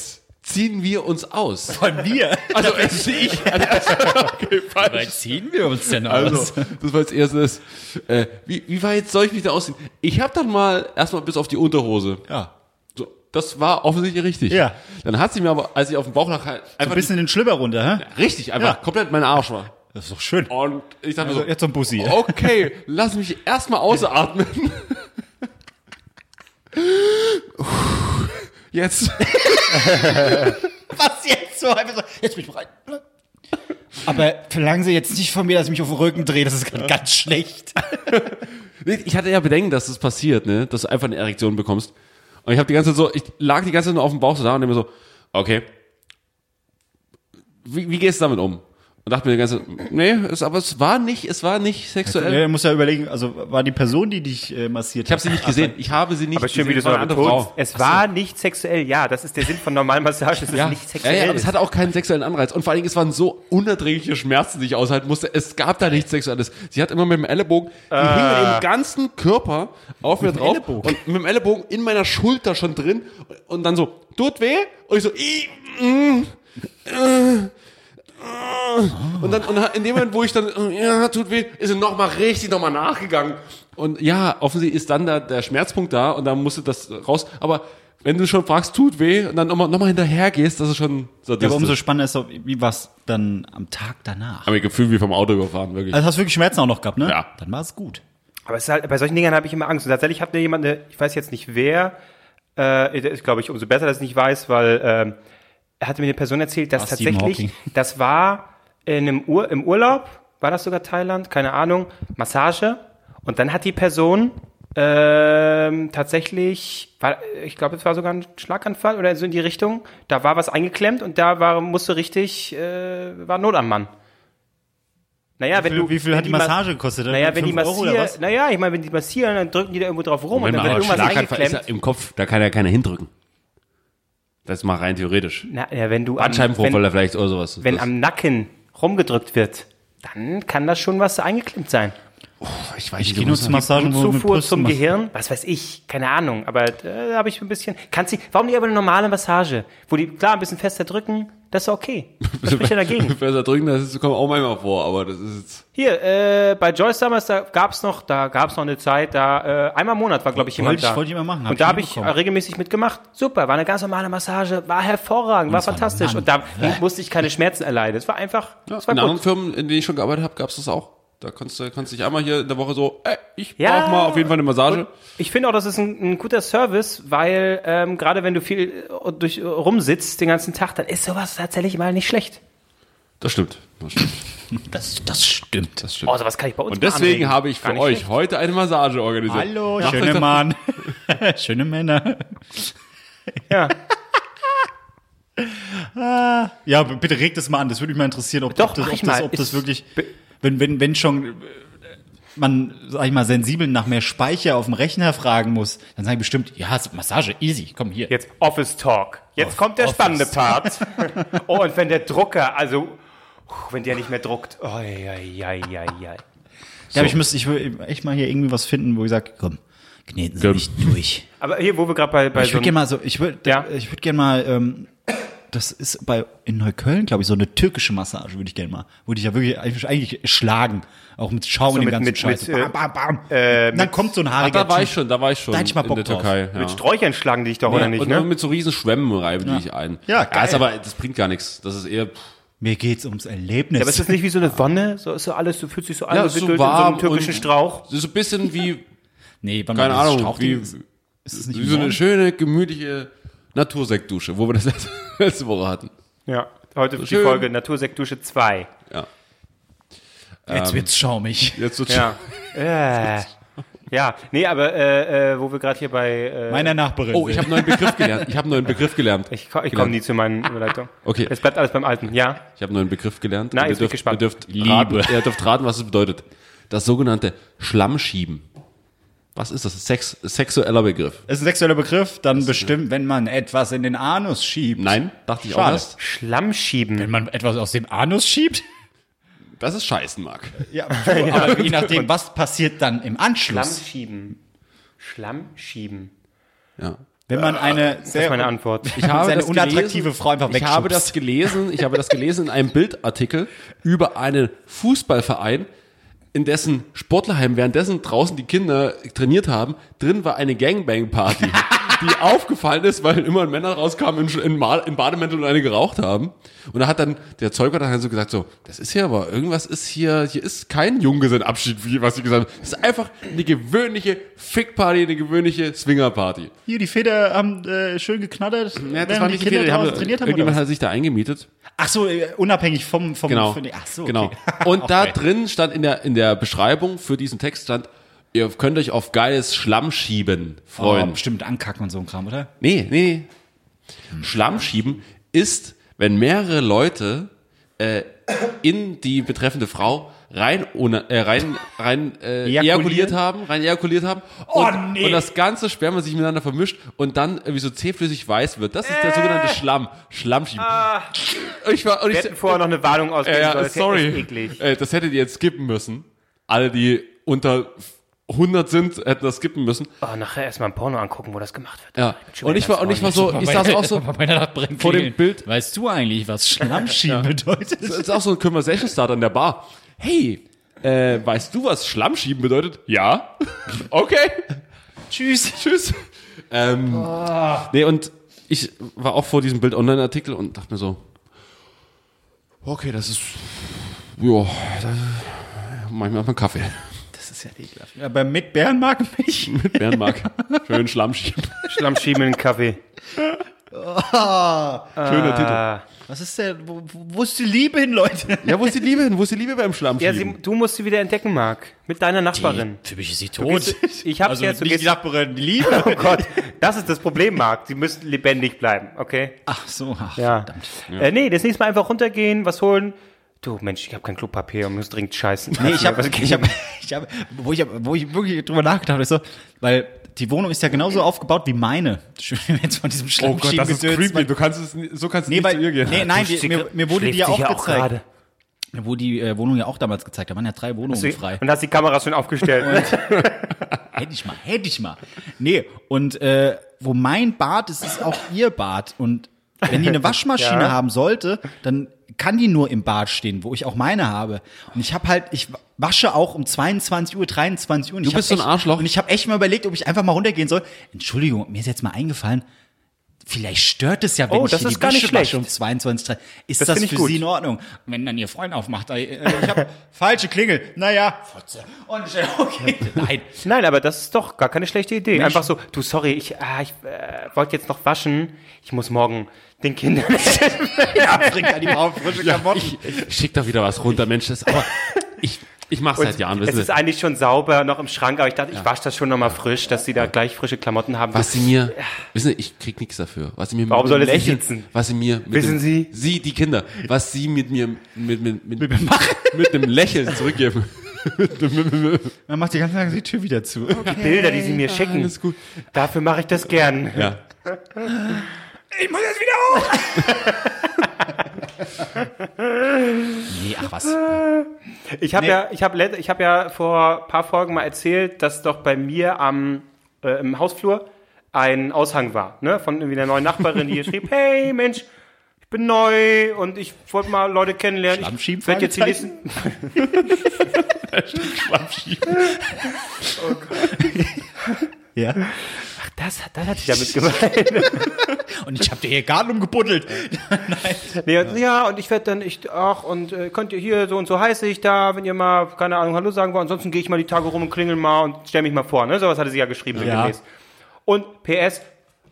ziehen wir uns aus?
Von mir.
Also also ich. Also, okay, falsch.
ziehen wir uns denn
Also, das war als erstes. Äh, wie, wie weit soll ich mich da ausziehen? Ich habe dann mal erstmal bis auf die Unterhose.
ja.
So, das war offensichtlich richtig.
Ja.
Dann hat sie mir aber, als ich auf dem Bauch lag, halt
Ein
einfach
bisschen den Schlüpper runter, hä?
die- richtig, einfach
Ja.
komplett mein Arsch war.
Das ist doch schön.
Und ich dachte
Also,
mir so,
jetzt so ein Bussi.
okay, lass mich erstmal ausatmen. Jetzt.
Was jetzt? So, einfach so, jetzt bin ich bereit. Aber verlangen Sie jetzt nicht von mir, dass ich mich auf den Rücken drehe, das ist ganz schlecht.
Nee, Ich hatte ja Bedenken, dass das passiert, ne? Dass du einfach eine Erektion bekommst. Und ich habe die ganze Zeit so, ich lag die ganze Zeit nur auf dem Bauch so da und immer so, okay. Wie, wie gehst du damit um? Und dachte mir die ganze Zeit, nee, es, aber es war nicht, es war nicht sexuell.
Ja, muss ja überlegen, also war die Person, die dich äh, massiert
Ich habe sie nicht gesehen. Ich habe sie nicht
Aber schön, wie du
gesehen.
es
Es war
nochmal
eine andere
betonst.
Frau.
Es war nicht sexuell. Ja, das ist der Sinn von Normalmassage. Es ist
Ja.
nicht
ja,
sexuell.
ja, aber es hatte auch keinen sexuellen Anreiz. Und vor allen Dingen, es waren so unerträgliche Schmerzen, die ich aushalten musste. Es gab da nichts Sexuelles. Sie hat immer mit dem Ellenbogen, die
Äh.
hing mit dem ganzen Körper auf mir drauf
Ellenbogen?
und mit dem Ellenbogen in meiner Schulter schon drin und dann so, tut weh? Und ich so, "Ih, mm, äh, Und dann, und in dem Moment, wo ich dann, äh, ja, tut weh, ist er nochmal richtig nochmal nachgegangen. Und ja, offensichtlich ist dann da der Schmerzpunkt da und dann musste das raus. Aber wenn du schon fragst, tut weh, und dann nochmal noch mal hinterher gehst, das ist schon so
Ja, aber umso spannender ist doch, wie war es dann am Tag danach?
Hab ich Gefühl wie vom Auto überfahren, wirklich.
Also hast du wirklich Schmerzen auch noch gehabt, ne?
Ja.
Dann war es gut.
Aber es ist halt, bei solchen Dingern habe ich immer Angst. Und tatsächlich hat mir jemand, eine, ich weiß jetzt nicht wer, äh, das ist, glaube ich, umso besser, dass ich nicht weiß, weil ähm, er hatte mir eine Person erzählt, dass
Ah, Stephen
tatsächlich,
Hawking.
das war in einem Ur im Urlaub, war das sogar Thailand, keine Ahnung, Massage. Und dann hat die Person ähm, tatsächlich, war, ich glaube, es war sogar ein Schlaganfall oder so in die Richtung, da war was eingeklemmt und da war, musste richtig, äh, war Not am Mann. Naja, wenn
viel-
du,
wie viel
wenn
hat die Massage gekostet?
Naja, wenn die
5 Euro oder
massieren,
was?
naja, ich meine, wenn die massieren, dann drücken die da irgendwo drauf rum und dann wird irgendwas
ist ja
eingeklemmt.
im Kopf, da kann ja keiner hindrücken. Das ist mal rein theoretisch.
Na, ja, wenn du am,
Bandscheibenvorfall
wenn,
da vielleicht oder sowas.
wenn
Das-
am Nacken rumgedrückt wird, dann kann das schon was eingeklemmt sein.
ich weiß
Ich
nicht,
gehe
ob
nur
das-
zur Massage, wo mit
Zufuhr
Brüsten
zum
machst.
Gehirn, was weiß ich, keine Ahnung, aber äh, da habe ich ein bisschen, kannst du, warum nicht aber eine normale Massage, wo die, klar, ein bisschen fester drücken, das ist okay. Was spricht ja dagegen?
Besser drücken, das ist, kommt auch manchmal vor, aber das ist jetzt.
Hier, äh, bei Joyce damals, da gab's noch, da gab's noch eine Zeit, da äh, einmal im Monat war, glaube ich, jemand
ich-
da.
wollte ich immer machen, hab
und
ich
da
nie
habe ich
bekommen.
regelmäßig mitgemacht. Super, war eine ganz normale Massage, war hervorragend, war
es war
fantastisch.
lang.
Und da musste ich keine Schmerzen erleiden. Es war einfach,
Ja,
es war
in
genau.
anderen
gut.
Firmen, in denen ich schon gearbeitet habe, gab es das auch. Da kannst du kannst dich einmal hier in der Woche so, ey, ich
Ja.
brauch mal auf jeden Fall eine Massage.
Ich finde auch, das ist ein, ein guter Service, weil ähm, gerade wenn du viel äh, durch, rumsitzt den ganzen Tag, dann ist sowas tatsächlich mal nicht schlecht.
Das stimmt. Das stimmt.
Das, das stimmt.
Das stimmt.
Oh, sowas kann ich bei uns
Und
mal
deswegen
anregen.
habe ich
Gar
für
nicht
euch
schlecht.
heute eine Massage organisiert.
Hallo,
Macht euch
schöne
doch-
Mann. schöne Männer.
Ja.
Ja, b- bitte regt das mal an. Das würde mich mal interessieren, ob,
Doch,
ob, das,
mach
ob,
ich
das,
mal.
ob das
Ist-
wirklich, wenn, wenn, wenn schon äh, man, sag ich mal, sensibel nach mehr Speicher auf dem Rechner fragen muss, dann sage ich bestimmt, ja, ist Massage, easy, komm hier.
Jetzt Office Talk. Jetzt kommt der
Office.
spannende Part. oh, und wenn der Drucker, also puh, wenn der nicht mehr druckt. Oh, ja, ja, ja, ja.
Ja, aber ich müsste, ich will echt mal hier irgendwie was finden, wo ich sage, komm, kneten Sie
Komm. Also-
mich durch.
Aber hier, wo wir gerade bei, bei
Ich
so einem-
würde gerne mal so, ich würde,
Ja.
ich würde gerne mal, ähm, das ist bei in Neukölln, glaube ich, so eine türkische Massage würde ich gerne mal, würde ich ja wirklich eigentlich- eigentlich schlagen, auch mit Schaum und dem
mit-
ganzen
mit-
Scheiß.
mit, äh,
bam, bam, bam.
äh,
Und dann kommt so ein haariger
Da war
Typ.
ich schon, da war ich schon.
Da hätte ich mal Bock
in der
drauf.
Türkei. Ja.
mit Sträuchern schlagen die dich doch, oder nicht,
und
ne?
mit so riesen Schwämmen reiben die dich ein.
Ja, geil.
ist aber, das bringt gar nichts. Das ist eher, pff,
Mir geht's ums Erlebnis.
Ja, aber ist das nicht wie so eine Wanne? So ist so alles, du fühlst dich so
ja,
angewickelt in Also so einem türkischen
und-
Strauch.
Das ist so ein bisschen wie,
nee, warte mal,
keine
dieses
Ahnung,
Strauchding
wie,
ist, ist das nicht
wie so eine
Mohn?
schöne, gemütliche Natursektdusche, wo wir das letzte- letzte Woche hatten.
Ja, heute die
schön.
Folge Natursektdusche 2.
Ähm.
Jetzt wird's schaumig.
Jetzt so
Ja. äh. Ja, nee, aber äh, äh, wo wir gerade hier bei... Äh,
Meiner Nachbarin.
Oh, ich habe einen neuen Begriff gelernt. Ich habe einen neuen Begriff gelernt.
ich ko- ich komme nie zu meinen Überleitungen.
Genau. Okay.
Es bleibt alles beim Alten, ja.
Ich habe einen neuen Begriff gelernt.
Na,
Und ihr
jetzt bin ich gespannt.
dürft, Ihr dürft raten, ihr dürft raten, was es bedeutet. Das sogenannte Schlammschieben. Was ist das? Sex, sexueller Begriff.
ist ein sexueller Begriff, dann bestimmt, wenn man etwas in den Anus schiebt.
Nein, dachte ich auch
Schade.
erst.
Schlamm schieben.
Wenn man etwas aus dem Anus schiebt?
Das ist scheißen, Marc.
Ja, aber je nachdem, was passiert dann im
Schlamm
Anschluss?
schieben. Schlamm schieben.
Ja.
Wenn man eine
Das
sehr
ist meine Antwort.
Ich habe
seine
das gelesen-
unattraktive Frau einfach
Ich habe
wegschubst.
das gelesen, ich habe das gelesen in einem Bildartikel über einen Fußballverein, in dessen Sportlerheim währenddessen draußen die Kinder trainiert haben, drin war eine Gangbang-Party, die aufgefallen ist, weil immer Männer rauskamen in, Sch- in, Ma- in Bademänteln und eine geraucht haben. Und da hat dann der Zeuger dann so gesagt, so, das ist hier aber, irgendwas ist hier, hier ist kein Junggesellenabschied, wie was sie gesagt haben. Das ist einfach eine gewöhnliche Fick-Party, eine gewöhnliche Swinger-Party.
Hier, die Väter haben äh, schön geknattert,
Ja, das
während
war nicht die Fehler. die
draußen
Haben,
trainiert haben. Oder
irgendjemand
was?
hat sich da eingemietet.
Ach so, äh, unabhängig vom, vom
Genau.
von- ach so,
genau.
Okay.
Und da
Okay.
drin stand in der, in der Beschreibung für diesen Text stand, ihr könnt euch auf geiles Schlamm schieben
Oh,
freuen.
bestimmt ankacken und so ein Kram, oder?
nee, nee, nee. Schlamm schieben ist, wenn mehrere Leute äh, in die betreffende Frau rein ohne äh, rein rein äh,
Ejakulieren?
ejakuliert haben, rein ejakuliert haben und, und das ganze Sperma sich miteinander vermischt und dann irgendwie so zähflüssig weiß wird. Das ist der sogenannte Schlamm, Schlammschieben. Ich war und
Wir
ich,
hätten vorher noch eine Warnung ausgeben
ja,
sollen.
ja,
Das ist ja
sorry.
echt eklig.
Äh, das hättet ihr jetzt skippen müssen. Alle, die unter 100 sind, hätten das skippen müssen.
Oh, nachher erstmal ein Porno angucken, wo das gemacht wird.
Ja. Und ich war, und ich war so, ich saß auch so,
bei der Nacht
vor dem Bild-
Weißt du eigentlich, was Schlammschieben bedeutet?
das ist auch so ein Conversation Starter an der Bar. Hey, äh, weißt du, was Schlammschieben bedeutet? Ja. Okay. Tschüss. Tschüss. Ähm, Nee, und ich war auch vor diesem Bild-Online-Artikel und dachte mir so, okay, das ist, ja, mach ich mir erstmal einen Kaffee.
Das ist ja ekelhaft. Aber mit Bären mag mich.
Mit Bärenmark. Schön Schlammschieben.
Schlamm schieben in den Kaffee.
Schöner
Ah.
Was ist der? Wo, wo wo ist die Liebe hin, Leute?
Titel. Ja, wo ist die Liebe hin? Wo ist die Liebe beim
Ja,
Schlammschieben?
sie, du musst sie wieder entdecken, Marc. Mit deiner Nachbarin.
Für mich ist sie tot.
Ich hab's
Also
jetzt. du
nicht die
gehst-
Nachbarin, die Liebe.
Oh Gott, das ist das Problem, Marc. Sie müssen lebendig bleiben, okay?
Ach so, ach,
Ja.
verdammt.
Äh, nee, das nächste Mal einfach runtergehen, was holen. Du, Mensch, ich habe kein Klopapier und muss dringend scheißen. Also,
Nee, ich habe,
Was-
ich hab, ich hab, wo ich, hab, wo ich wirklich drüber nachgedacht habe, ist so, weil die Wohnung ist ja genauso aufgebaut wie meine. Schön, wenn wir jetzt von diesem
Oh Gott, das ist
Schlammschiebengedöns-
creepy. Du kannst es, nie- so kannst du
Nee,
nicht
weil,
zu ihr gehen.
nee, nein, die, mir, mir wurde die ja
Schläft
auch
sich
gezeigt.
gerade.
Mir wurde die äh, Wohnung ja auch damals gezeigt. Da waren ja drei Wohnungen
Sie-
frei.
Und hast die Kamera schon aufgestellt.
Hätte ich mal, hätte ich mal. Nee, und äh, wo mein Bad ist, ist auch ihr Bad. Und wenn die eine Waschmaschine
Ja.
haben sollte, dann kann die nur im Bad stehen, wo ich auch meine habe. Und ich habe halt, ich wasche auch um 22 Uhr, 23 Uhr. Und du
bist so ein Arschloch.
Und ich habe echt mal überlegt, ob ich einfach mal runtergehen soll. Entschuldigung, mir ist jetzt mal eingefallen, vielleicht stört es ja, wenn
Oh,
ich
das
hier
ist
die
gar nicht
Wäsche wasche
schlecht.
um 22 Uhr. Ist
Das
das,
finde ich
für
gut.
Sie in Ordnung? Und wenn dann Ihr Freund aufmacht, äh, äh, ich habe falsche Klingel. Naja, Fotze. Und ich, okay, nein.
Nein, aber das ist doch gar keine schlechte Idee. Einfach so, du, sorry, ich, ah, ich äh, wollte jetzt noch waschen. Ich muss morgen den Kindern.
bringt an Halt die Frau frische Klamotten.
Ich, ich schick da wieder was runter, Mensch. Das, aber ich, ich mach's seit Jahren,
es
wissen
ist
Sie.
eigentlich schon sauber, noch im Schrank, aber ich dachte, ich wasche das schon nochmal frisch, dass sie da gleich frische Klamotten haben.
Was sie mir, wissen Sie, ich krieg nichts dafür. Was sie mir
Warum
mit
soll
dem
es nicht
Lächeln-
sitzen?
Was sie mir, mit
Wissen
dem,
Sie?
Sie, die Kinder, was sie mit mir, mit, mit, mit, mit, mit dem Lächeln zurückgeben.
Man macht die ganze Zeit die Tür wieder zu.
Bilder, die sie mir schicken. Dafür mache ich das gern.
Ja.
Ich muss jetzt wieder hoch! nee, ach was.
Ich habe ja, ich habe, ich habe ja vor ein paar Folgen mal erzählt, dass doch bei mir am äh, im Hausflur ein Aushang war, ne, von irgendwie der neuen Nachbarin, die hier schrieb, hey Mensch, ich bin neu und ich wollte mal Leute kennenlernen.
Schlammschieben,
Ich werd jetzt die nächsten,
Fragezeichen? Oh Ja.
das, das hat sie damit gemeint.
Und ich hab dir hier Garten umgebuddelt.
Nee, und, ja, und ich werde dann, ich, ach, und äh, könnt ihr hier, so und so heiße ich da, wenn ihr mal, keine Ahnung, Hallo sagen wollt. Ansonsten gehe ich mal die Tage rum und klingel mal und stell mich mal vor. Ne? Sowas hatte sie ja geschrieben.
Ja.
sinngemäß. Und PS,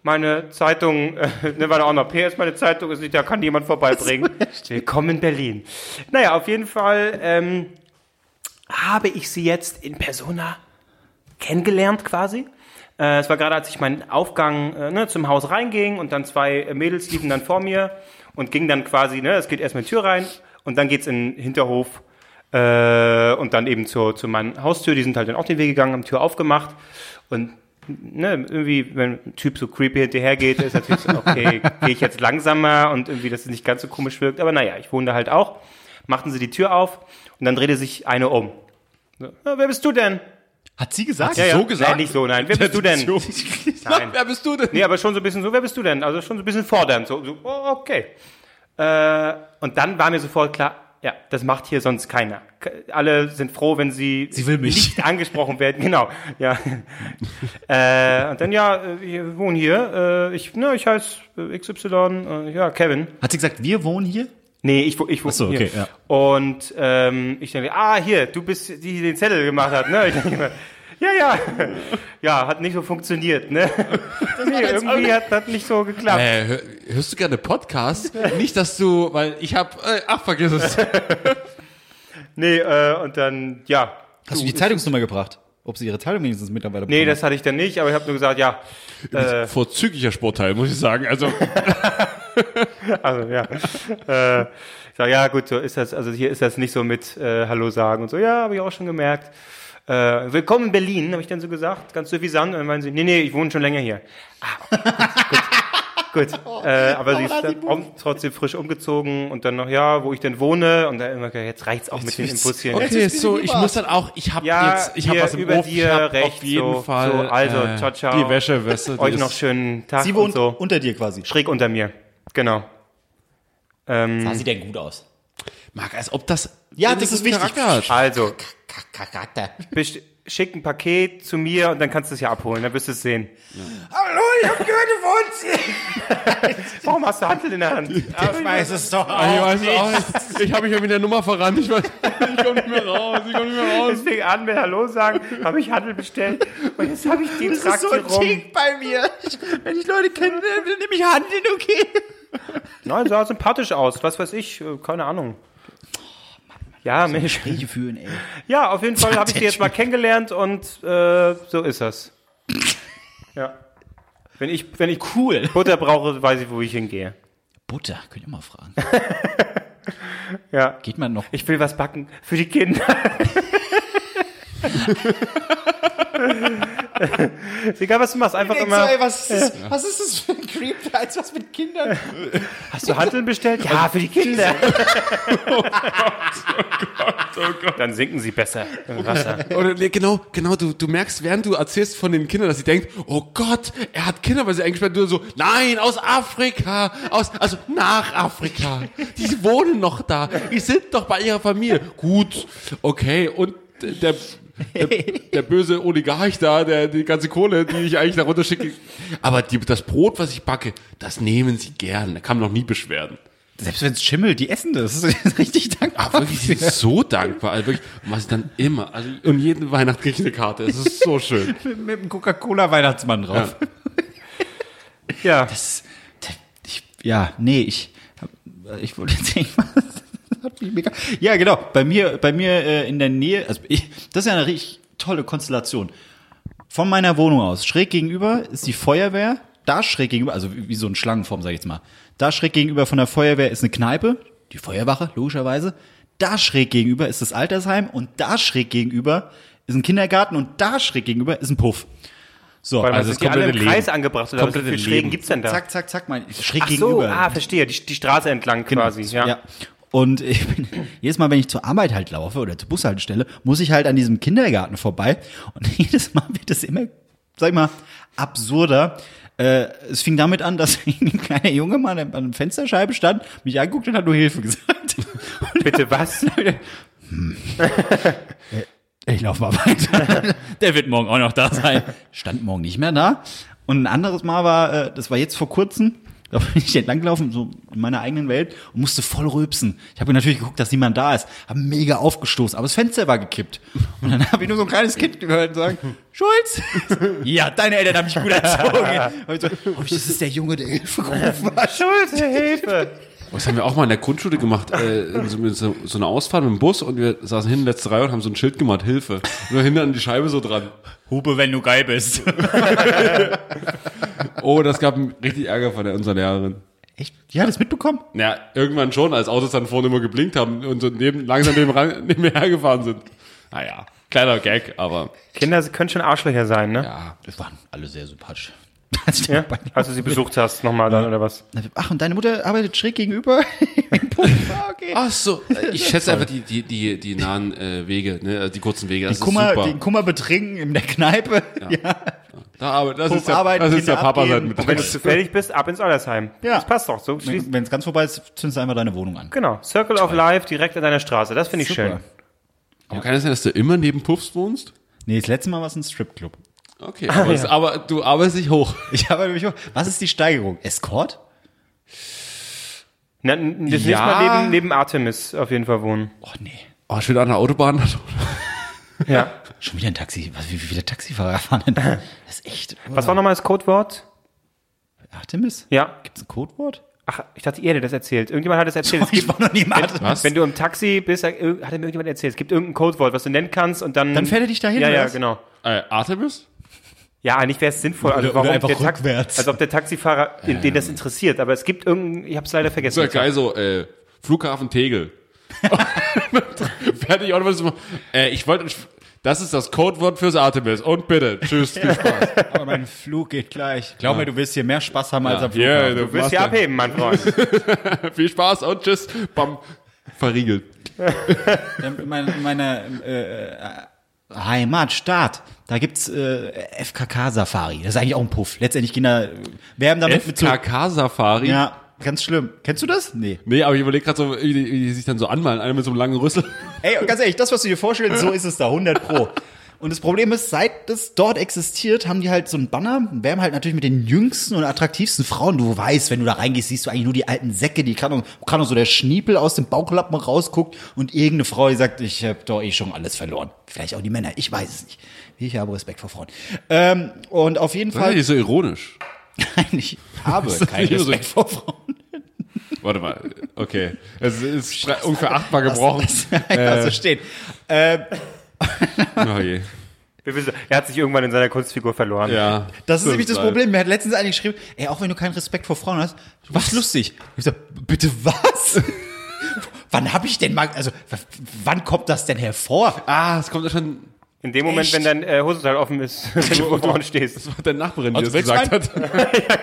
meine Zeitung, äh, ne, war da auch noch, PS, meine Zeitung ist nicht, da kann jemand vorbeibringen. Willkommen in Berlin. Naja, auf jeden Fall ähm, habe ich sie jetzt in Persona kennengelernt quasi. Äh, es war gerade, als ich meinen Aufgang äh, ne, zum Haus reinging und dann zwei äh, Mädels liefen dann vor mir und gingen dann quasi, ne, es geht erstmal in die Tür rein und dann geht's in den Hinterhof äh, und dann eben zur, zu meinen Haustür. Die sind halt dann auch den Weg gegangen, haben die Tür aufgemacht und ne, irgendwie, wenn ein Typ so creepy hinterhergeht, ist natürlich so, okay, gehe ich jetzt langsamer und irgendwie, dass es nicht ganz so komisch wirkt. Aber naja, ich wohne da halt auch. Machten sie die Tür auf und dann drehte sich eine um. So, "Na, wer bist du denn?
Hat sie gesagt?
Ja, ja. Nein, nicht so, nein. Wer bist du denn? Nein.
Wer bist du denn?
Nee, aber schon so ein bisschen so, wer bist du denn? Also schon so ein bisschen fordernd. So, so oh, okay. Äh, und dann war mir sofort klar, ja, das macht hier sonst keiner. K- Alle sind froh, wenn sie,
Sie will mich.
nicht angesprochen werden. Genau, ja. äh, und dann, ja, äh, wir wohnen hier. Äh, ich, ne, ich heiße XY, äh, ja, Kevin.
Hat sie gesagt, wir wohnen hier?
Nee, ich, wo- ich wohne
so, okay,
hier. Und ähm, ich denke, ah, hier, du bist, die die den Zettel gemacht hat, ne? Ich denke immer, ja, ja. Ja, hat nicht so funktioniert, ne? Nee, irgendwie hat das nicht so geklappt.
Äh, hör, hörst du gerne Podcasts? Nicht, dass du, weil ich hab, äh, ach, vergiss es.
Nee, äh, und dann, ja.
Hast du die Zeitungsnummer gebracht? Ob sie ihre Zeitung wenigstens mittlerweile
Nee, das hatte ich dann nicht, aber ich habe nur gesagt, ja. Äh,
Vorzüglicher Sportteil, muss ich sagen. Also,
also, ja. Äh, ich sag, ja, gut, so ist das, also hier ist das nicht so mit äh, Hallo sagen und so. Ja, habe ich auch schon gemerkt. Äh, willkommen in Berlin, habe ich dann so gesagt, ganz suffisant. Und dann meinen sie, nee, nee, ich wohne schon länger hier. Ah, okay, gut, Gut. Äh, aber sie ist dann auch trotzdem frisch umgezogen und dann noch, ja, wo ich denn wohne. Und dann immer, okay, jetzt reicht's auch mit dem Impuls hier.
Okay, so, ich muss dann auch, ich habe
Ja,
jetzt, ich habe
hier
was im
über
Ofen, ich
dir,
hab auf
rechts,
jeden
so,
Fall äh,
so, also, ciao, ciao.
die Wäsche, weißt du,
Euch
das-
noch schönen Tag
Sie
und
wohnt
so.
unter dir quasi.
Schräg unter mir. Genau.
Sah sie denn gut aus?
Marc, als ob das
Ja,
einen
das ist
guten
wichtig.
Charakter hat.
Also,
Ka- Charakter.
best- schick ein Paket zu mir und dann kannst du es ja abholen. Dann wirst du es sehen.
Hallo, ich hab gehört, du wohnst
Warum hast du Handel in der Hand?
Ich weiß es doch
Ah, Ich
auch.
weiß es auch nicht. Ich habe mich irgendwie in der Nummer verrannt. Ich, weiß, ich komme nicht mehr raus. Ich komme nicht mehr raus.
Deswegen an, wenn Hallo sagen, habe ich Handel bestellt und jetzt habe ich die Trakt hier rum.
bei mir. Wenn ich Leute kenne, dann nehme ich Handeln, okay?
Nein, sah sympathisch aus. Was weiß ich, äh, keine Ahnung. Ja, Mensch.
Gespräche führen, ey.
Ja, auf jeden Fall habe ich
der
sie jetzt mal kennengelernt und äh, so ist das. Ja. Wenn ich, wenn ich
Cool.
Butter brauche, weiß ich, wo ich hingehe.
Butter, könnt ihr mal fragen.
Ja.
Geht man noch?
Ich will was backen für die Kinder. Ist egal, was du machst, einfach immer.
was, ist das, was ist das für ein Creep? Da ist was mit Kindern.
Hast du Handeln bestellt? Oh Ja, für die Kinder. Dann sinken sie besser im Wasser.
Oder nee, genau, genau, du, du merkst, während du erzählst von den Kindern, dass sie denkt, oh Gott, er hat Kinder bei sich eingesperrt. Du so, nein, aus Afrika, aus, also nach Afrika. Die wohnen noch da. Die sind doch bei ihrer Familie. Gut, okay, und der, der, der böse Oligarch da, der die ganze Kohle, die ich eigentlich da runterschicke. Aber die, das Brot, was ich backe, das nehmen sie gern. Da kann man noch nie beschwerden.
Selbst wenn es schimmelt, die essen das. Das ist richtig dankbar.
Ah, wirklich, sie ist so dankbar. Also wirklich, was dann immer. Also, und jeden Weihnachten kriege ich eine Karte. Es ist so schön.
Mit einem Coca-Cola-Weihnachtsmann drauf.
Ja.
Das, ich, ja, nee, ich, ich wollte jetzt irgendwas. das hat mich mega- Ja, genau. Bei mir, bei mir äh, in der Nähe, also ich, das ist ja eine richtig tolle Konstellation. Von meiner Wohnung aus, schräg gegenüber ist die Feuerwehr, da schräg gegenüber, also wie, wie so eine Schlangenform, sag ich jetzt mal. Da schräg gegenüber von der Feuerwehr ist eine Kneipe, die Feuerwache, logischerweise. Da schräg gegenüber ist das Altersheim und da schräg gegenüber ist ein Kindergarten und da schräg gegenüber ist ein Puff. So,
Weil
Also
also
das
ist die alle im
komplette Leben.
Kreis angebracht oder was wie
Komplette
viele Schrägen
Leben.
gibt's denn da?
zack, zack, zack, mein, schräg
Ach so,
gegenüber.
ah, verstehe, die, die Straße entlang
Genau.
quasi. Ja.
Genau. Ja. Und ich bin, jedes Mal, wenn ich zur Arbeit halt laufe oder zur Bushaltestelle, muss ich halt an diesem Kindergarten vorbei. Und jedes Mal wird es immer, sag ich mal, absurder. Äh, es fing damit an, dass ein kleiner Junge mal an einer Fensterscheibe stand, mich anguckt und hat nur Hilfe gesagt.
Bitte was?
Ich laufe mal weiter. Der wird morgen auch noch da sein. Stand morgen nicht mehr da. Und ein anderes Mal war, äh, das war jetzt vor kurzem, da bin ich entlanggelaufen, so in meiner eigenen Welt und musste voll rülpsen. Ich habe natürlich geguckt, dass niemand da ist. Habe mega aufgestoßen, aber das Fenster war gekippt. Und dann habe ich nur so ein kleines Kind gehört und sagen, Schulz! ja, deine Eltern haben mich gut erzogen. Und ich so, oh, das ist der Junge, der Hilfe gerufen hat.
Schulze, Hilfe!
Das haben wir auch mal in der Grundschule gemacht, äh, in so, mit so, so eine Ausfahrt mit dem Bus und wir saßen hinten letzte Reihe und haben so ein Schild gemacht, Hilfe. Nur hinten an die Scheibe so dran.
Hupe, wenn du geil bist.
Oh, das gab einen richtig Ärger von der, unserer Lehrerin.
Echt? Ja, das mitbekommen?
Ja, irgendwann schon, als Autos dann vorne immer geblinkt haben und so neben, langsam neben, ran- neben mir hergefahren sind. Naja, kleiner Gag, aber
Kinder können schon Arschlöcher sein, ne?
ja.
Das waren alle sehr sympathisch. Als ich
Ja.
dabei
Als du sie besucht hast nochmal dann oder was?
Ach, und deine Mutter arbeitet schräg gegenüber? Ah, okay.
Ach so, äh, ich schätze einfach die, die, die, die nahen äh, Wege, ne, also die kurzen Wege, das ist
Kummer,
super.
Den Kummer betrinken in der Kneipe. Ja.
Da, aber das
Hof
ist der,
arbeiten,
das ist der
Kinder
Papa seit
abgeben.
Mittag.
Wenn du zufällig bist, ab ins Altersheim.
Ja.
Das passt doch, so schließt.
Wenn es ganz vorbei ist, zündest du einfach deine Wohnung an.
Genau, Circle of Life direkt an deiner Straße, das finde ich
Super.
schön.
Aber kann es sein, dass du immer neben Puffs wohnst?
Nee, das letzte Mal war es ein Stripclub.
Okay,
Ah,
aber, es, aber du arbeitest nicht hoch.
Ich habe nämlich auch- Was ist die Steigerung? Escort?
Na, n- das nächste
Ja.
Mal neben, neben Artemis auf jeden Fall wohnen.
Oh nee.
Oh, schön an der Autobahn.
Ja.
Schon wieder ein Taxi. Was, wie wie viele Taxifahrer fahren denn da? Das ist echt.
Was war nochmal das Codewort?
Artemis?
Ja.
Gibt's ein Codewort?
Ach, ich dachte, ihr hättet das erzählt. Irgendjemand hat das erzählt. Es
Ich
gibt,
war noch nie im Artemis.
Was?
wenn du im Taxi bist, hat mir irgendjemand erzählt, es gibt irgendein Codewort, was du nennen kannst und dann.
Dann fährt er dich dahin,
Ja,
oder
ja,
was?
genau.
Äh, Artemis?
Ja, eigentlich wäre es sinnvoll. Also
Oder-
warum
oder einfach
der Tax-
rückwärts.
Als ob der Taxifahrer, den, den das interessiert. Aber es gibt irgendeinen, ich habe es leider
So,
vergessen.
ja geil, so, äh, Flughafen Tegel. Fertig, auch noch was zu machen. äh, ich wollte, Das ist das Codewort fürs Artemis. Und bitte, tschüss, viel Spaß.
Aber Oh, mein Flug geht gleich. Glaub mir, du wirst hier mehr Spaß haben als am Flug.
Yeah,
Du wirst hier
machst
abheben, mein Freund.
da- Viel Spaß und tschüss. Bam. Verriegelt.
In meiner, in meiner Ähm, äh, äh, Heimatstadt, da gibt's äh, FKK-Safari. Das ist eigentlich auch ein Puff. Letztendlich gehen da, wir haben damit mit so,
FKK-Safari.
Ja, ganz schlimm. Kennst du das? Nee.
Nee, aber ich überlege gerade so, wie die, wie die sich dann so anmalen. Einer mit so einem langen Rüssel.
Ey, ganz ehrlich, das, was du dir vorstellst, so ist es da, 100 pro. Und das Problem ist, seit es dort existiert, haben die halt so einen Banner, werben halt natürlich mit den jüngsten und attraktivsten Frauen. Du weißt, wenn du da reingehst, siehst du eigentlich nur die alten Säcke, die kann kann so der Schniepel aus dem Bauchlappen rausguckt und irgendeine Frau, die sagt, ich habe doch eh schon alles verloren. Vielleicht auch die Männer, ich weiß es nicht. Ich habe Respekt vor Frauen. Ähm, und auf jeden
Das
Fall,
ist so ironisch.
nein, ich habe keinen
nicht so-
Respekt vor Frauen.
Warte mal. Okay. Es ist stra- ungefähr achtmal gebrochen.
Das, das, das so steht. Ähm,
Oh je.
Wir wissen, Er hat sich irgendwann in seiner Kunstfigur verloren.
Ja.
Das ist
So
nämlich das
halt.
Problem. Mir hat letztens einer geschrieben, ey, auch wenn du keinen Respekt vor Frauen hast, was lustig. Ich sag, bitte was? wann habe ich denn mal, also w- wann kommt das denn hervor?
Ah, es kommt ja schon.
In dem Moment,
Echt?
wenn dein äh, Hosenteil offen ist, wenn du vorne stehst.
Das war deine Nachbarin, die
Also
das gesagt hat.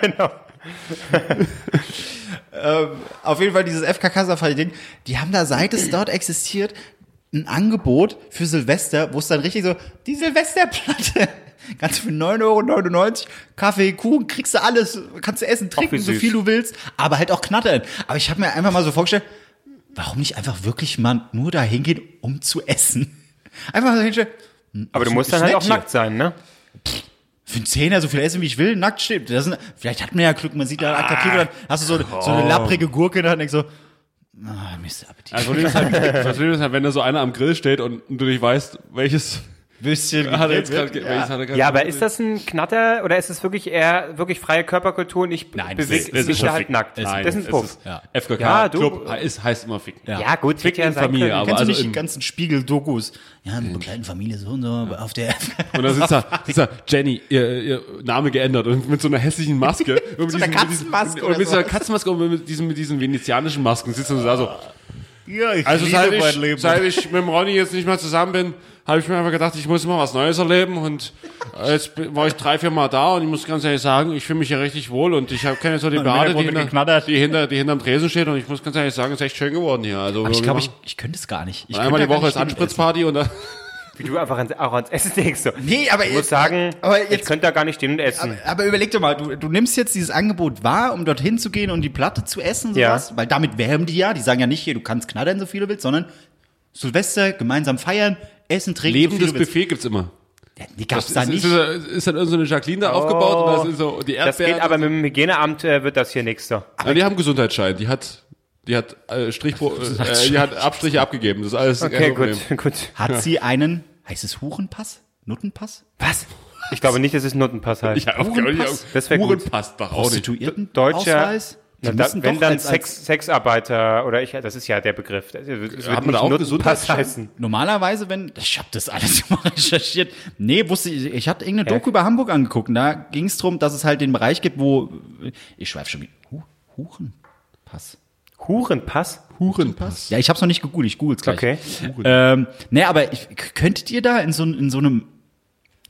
genau.
Ähm, Auf jeden Fall dieses FKK-Safari-Ding, die haben da, seit es dort existiert, ein Angebot für Silvester, wo es dann richtig so, die Silvesterplatte. Kannst du für 9,99 Euro Kaffee, Kuchen, kriegst du alles, kannst du essen, trinken,
wie
so
süß.
viel du willst, aber halt auch knattern. Aber ich habe mir einfach mal so vorgestellt, warum nicht einfach wirklich mal nur da hingehen, um zu essen? Einfach mal so hinstellen.
Aber du musst dann halt auch nackt sein, ne?
Für einen Zehner so viel essen, wie ich will, nackt steht. Das sind, vielleicht hat man ja Glück, man sieht da attraktiv
Ah.
und dann hast du so, so
Oh.
eine lapprige Gurke da und denkst so, ah, Mist, Appetit.
Das Problem ist halt, das Problem ist halt, wenn da so einer am Grill steht und du nicht weißt, welches
bisschen
hat er jetzt
gegrillt
gerade.
wird.
ge- welches hat er gerade-
Ja, aber ist das ein Knatter oder ist es wirklich eher wirklich freie Körperkultur und ich
Nein, es
bewege
ist-
mich da halt nackt?
Nein,
das ist ein
es
Puff.
ja. FKK
Ja, du-
Club ist, heißt immer Ficken.
Ja, gut, wird ja
in
sein
Familie,
können.
aber-
Kennst
also
du nicht die
im-
ganzen Spiegel-Dokus? Ja, in der kleinen Familie so und so, aber auf der.
Und dann sitzt da, sitzt da Jenny, ihr, ihr Name geändert und mit so einer hässlichen Maske. Und mit
So einer
diesen- mit diesen-
Katzenmaske
Und
oder
mit so einer
sowas.
Katzenmaske und mit diesen, mit diesen venezianischen Masken sitzt und da so.
ja, ich
Also
liebe
seit
mein
ich,
Leben.
seit ich mit dem Ronny jetzt nicht mehr zusammen bin, habe ich mir einfach gedacht, ich muss mal was Neues erleben und äh, jetzt bin- war ich drei, vier Mal da und ich muss ganz ehrlich sagen, ich fühle mich hier richtig wohl und ich habe keine so die
Und im
Beate, die
Hintergrund wird
hinter,
geknattert.
die, hinter, die hinterm Tresen steht und ich muss ganz ehrlich sagen, ist echt schön geworden hier. Also
aber ich
wir
glaube, ich,
machen-
ich könnte es gar nicht. Ich
einmal
könnte
die
da
Woche
gar
ist
nicht hinreisen.
Anspritzparty und da
Wie du einfach ans, auch ans Essen denkst. So.
Nee, aber
ich muss sagen,
aber
ich
jetzt,
könnte da gar nicht stehen und essen.
Hm. aber überleg doch mal, du, du nimmst jetzt dieses Angebot wahr, um dorthin zu gehen und die Platte zu essen und
Ja.
sowas, weil damit wärmen die ja. Die sagen ja nicht hier, du kannst knattern, so viel du willst, sondern Silvester gemeinsam feiern, essen, trinken,
lebendes
so viel du willst.
Buffet gibt's immer.
Ja, die gab's da
ist,
nicht. Oh.
Ist, ist, ist halt dann irgendeine Jacqueline da aufgebaut und da sind so die
das
Erdbeeren.
geht aber mit dem Hygieneamt, äh, wird das hier nichts. So.
Na, die haben Gesundheitsschein, die hat die hat äh, Strichpro, äh, die hat Abstriche abgegeben. Das ist alles
Okay,
kein Problem.
gut, gut.
Hat sie einen, heißt es Hurenpass? Nuttenpass?
Was? Ich glaube nicht, dass es Nuttenpass heißt.
Ja, auf
Hurenpass?
Hurenpass,
Das wär gut. Oh,
Hurenpass doch auch nicht.
Prostituierten
Deutscher.
Ausweis? Die
Na, da,
müssen
wenn
doch
dann
als-
Sex, Sexarbeiter oder ich, das ist ja der Begriff. Das, das wird
man da
nicht
auch
Nuttenpass
Gesundheitsschein?
heißen.
als- Normalerweise, wenn, ich habe das alles mal recherchiert. Nee, wusste ich, ich hatte irgendeine Doku über Hamburg angeguckt und da ging es darum, dass es halt den Bereich gibt, wo, ich schweife schon wieder, Hu- Hurenpass.
Hurenpass?
Hurenpass.
Ja, ich habe es noch nicht gegoogelt, ich google es gleich.
Okay.
Ähm, nee, aber ich, könntet ihr da in so, in so einem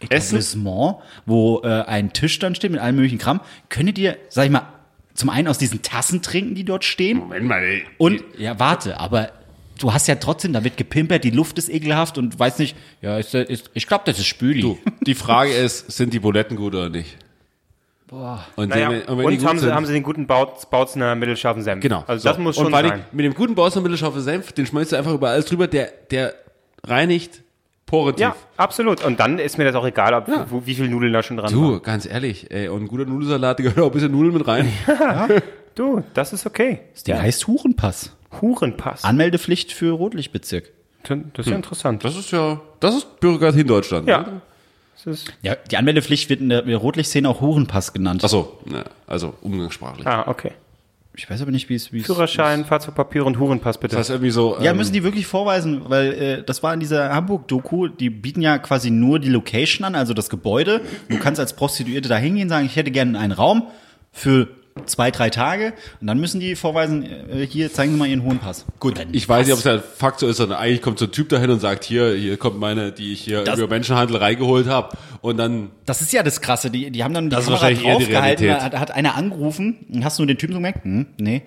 Etablissement, wo äh, ein Tisch dann steht mit allem möglichen Kram, könntet ihr, sag ich mal, zum einen aus diesen Tassen trinken, die dort stehen?
Moment mal, ey.
Und Äh, ja, warte, aber du hast ja trotzdem, da wird gepimpert, die Luft ist ekelhaft und weiß nicht, ja, ist, der- ist, ich glaube, das ist Spüli.
Du, die Frage ist, sind die Buletten gut oder nicht? Boah. Und,
Naja,
wenn- wenn die
und
gut
haben sie,
sind-
haben sie den guten Bautz, Bautzner mittelscharfen Senf.
Genau.
Also
So.
das muss
und
schon
vor allen
sein.
Dingen Mit dem guten Bauernmittelschaufel Senf, den schmeißt du einfach über alles drüber, der, der reinigt porentief.
Ja, absolut. Und dann ist mir das auch egal, ob, wo, wie viel Nudeln da schon dran waren.
Du, ganz ehrlich, ey, und ein guter Nudelsalat, da gehört auch ein bisschen Nudeln mit rein.
Du, das ist okay.
Der heißt Hurenpass.
Hurenpass.
Anmeldepflicht für Rotlichtbezirk.
Das ist ja interessant.
Hm. Das ist ja, das ist Bürokratie in Deutschland.
ja.
Ne?
Das ist,
Ja, die Anmeldepflicht wird in der, in der Rotlichtszene auch Hurenpass genannt.
Ach so, ne, also umgangssprachlich.
ah, okay.
Ich weiß aber nicht, wie es wie es-
Führerschein, Fahrzeugpapier und Hurenpass bitte.
Das heißt irgendwie so,
Ja,
ähm,
müssen die wirklich vorweisen, weil äh, das war in dieser Hamburg-Doku, die bieten ja quasi nur die Location an, also das Gebäude. Du kannst als Prostituierte da hingehen und sagen, ich hätte gerne einen Raum für zwei, drei Tage und dann müssen die vorweisen, äh, hier zeigen Sie mal Ihren hohen Pass. Gut,
Ich weiß nicht, ob es der Fakt so ist, sondern eigentlich kommt so ein Typ dahin und sagt, hier, hier kommt meine, die ich hier
Das-
über Menschenhandel reingeholt habe. Und dann,
Das ist ja das Krasse. Die, die haben dann die
Das ist
Kamera
wahrscheinlich eher die
draufgehalten,
Realität.
hat, hat einer angerufen und hast du den Typen so gemerkt? Hm, nee.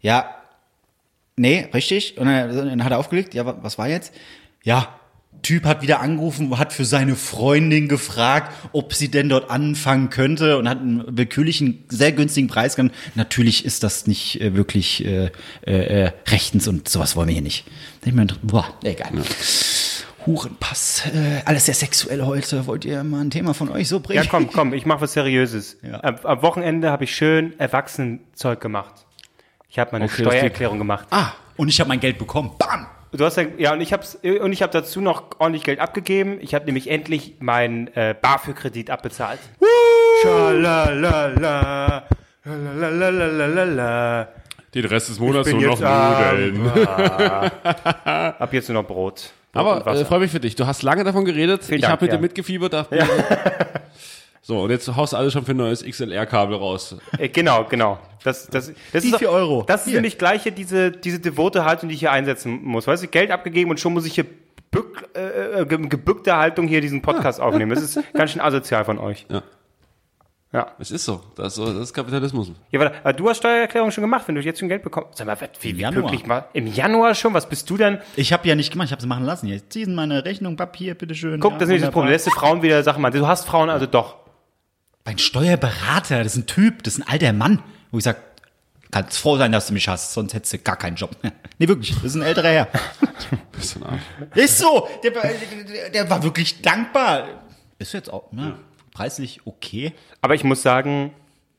Ja. Nee, richtig. Und dann, dann hat er aufgelegt. Ja, wa- was war jetzt? Ja, Typ hat wieder angerufen, hat für seine Freundin gefragt, ob sie denn dort anfangen könnte und hat einen willkürlichen, sehr günstigen Preis genannt. Natürlich ist das nicht äh, wirklich äh, äh, äh, rechtens und sowas wollen wir hier nicht. Ich meine, boah, egal. Hurenpass. Äh, alles sehr sexuell heute. Wollt ihr mal ein Thema von euch so bringen?
Ja, komm, komm, ich mache was Seriöses. Am, am Wochenende habe ich schön Erwachsenenzeug gemacht. Ich habe meine
Okay, das
Steuererklärung gemacht.
Ah, und ich habe mein Geld bekommen. Bam!
Du hast ja, ja und ich hab's und ich habe dazu noch ordentlich Geld abgegeben. Ich habe nämlich endlich meinen äh, BAföG-Kredit abbezahlt. Schalalala, lalalalalala.
den Rest des
Ich
Monats
bin
nur noch
jetzt äh, arm.
Nudeln.
Ab jetzt nur noch Brot. Brot und
Aber
Wasser.
äh, freue mich für dich. Du hast lange davon geredet. ich
Dank,
habe mit
ja.
dir mitgefiebert. Dachte, So, und jetzt haust du alle schon für ein neues XLR-Kabel raus.
Äh, Genau, genau. Das, das, das
Die
ist auch-
vier Euro.
Das ist
Hier.
nämlich gleich hier diese, diese devote Haltung, die ich hier einsetzen muss. Weißt du, Geld abgegeben und schon muss ich hier bück, äh, äh, ge- gebückter Haltung hier diesen Podcast aufnehmen. Das ist ganz schön asozial von euch.
Ja.
Ja.
Es ist so. Das ist, so, das ist Kapitalismus.
ja warte, aber du hast Steuererklärung schon gemacht, wenn du jetzt schon Geld bekommst. Sag mal, was, wie,
Im
wie
Januar.
wirklich mal? Im Januar schon? Was bist du denn?
Ich habe ja nicht gemacht, ich habe sie machen lassen. Jetzt ziehen meine Rechnung, Papier, bitteschön.
Guck,
Ja,
das ist nämlich das
wunderbar.
Problem. Lässt du Frauen wieder Sachen machen. Du hast Frauen also doch.
Mein Steuerberater, das ist ein Typ, das ist ein alter Mann, wo ich sage, kannst froh sein, dass du mich hast, sonst hättest du gar keinen Job. nee, wirklich, das ist ein älterer Herr.
Bisschen arm.
Ist so, der, der, der war wirklich dankbar. Ist jetzt auch ne, preislich okay.
Aber ich muss sagen,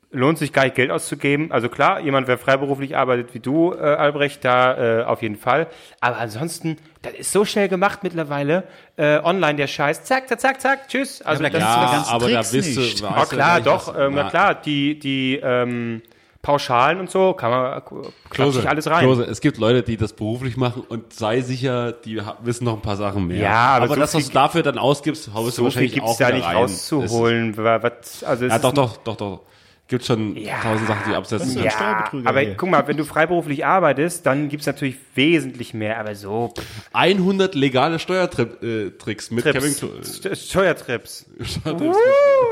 lohnt sich gar nicht Geld auszugeben. Also klar, jemand, wer freiberuflich arbeitet wie du, äh, Albrecht, da äh, auf jeden Fall. Aber ansonsten, das ist so schnell gemacht mittlerweile. Äh, online der Scheiß. Zack, zack, zack, zack. Tschüss. Also
aber
das
klar,
ist
die
was-
ganzen
aber
Tricks
da bist
nicht.
du. weißt
Oh,
du
klar,
nicht,
doch.
was-
Ähm, na
Na,
klar, die, die ähm, Pauschalen und so, kann man klappt
Klose,
sich alles rein.
Klose, es gibt Leute, die das beruflich machen und sei sicher, die ha- wissen noch ein paar Sachen mehr.
Ja, aber so
das, was
viel-
du dafür dann ausgibst, haust du
So viel
wahrscheinlich
gibt's
auch
da
wieder
nicht
rein.
rauszuholen. wa- Was, also es
Es Ist, ja,
ist
doch,
ein-
doch, doch, doch. Gibt schon tausend Sachen, die du absetzen kannst.
Ja,
Steuerbetrüger
aber
hier.
guck mal, wenn du freiberuflich arbeitest, dann gibt's natürlich wesentlich mehr. Aber so, pff,
100 legale Steuertricks äh, Tricks mit Kevin
Trips.
Klo
St- Steuertrips.
Steuertrips.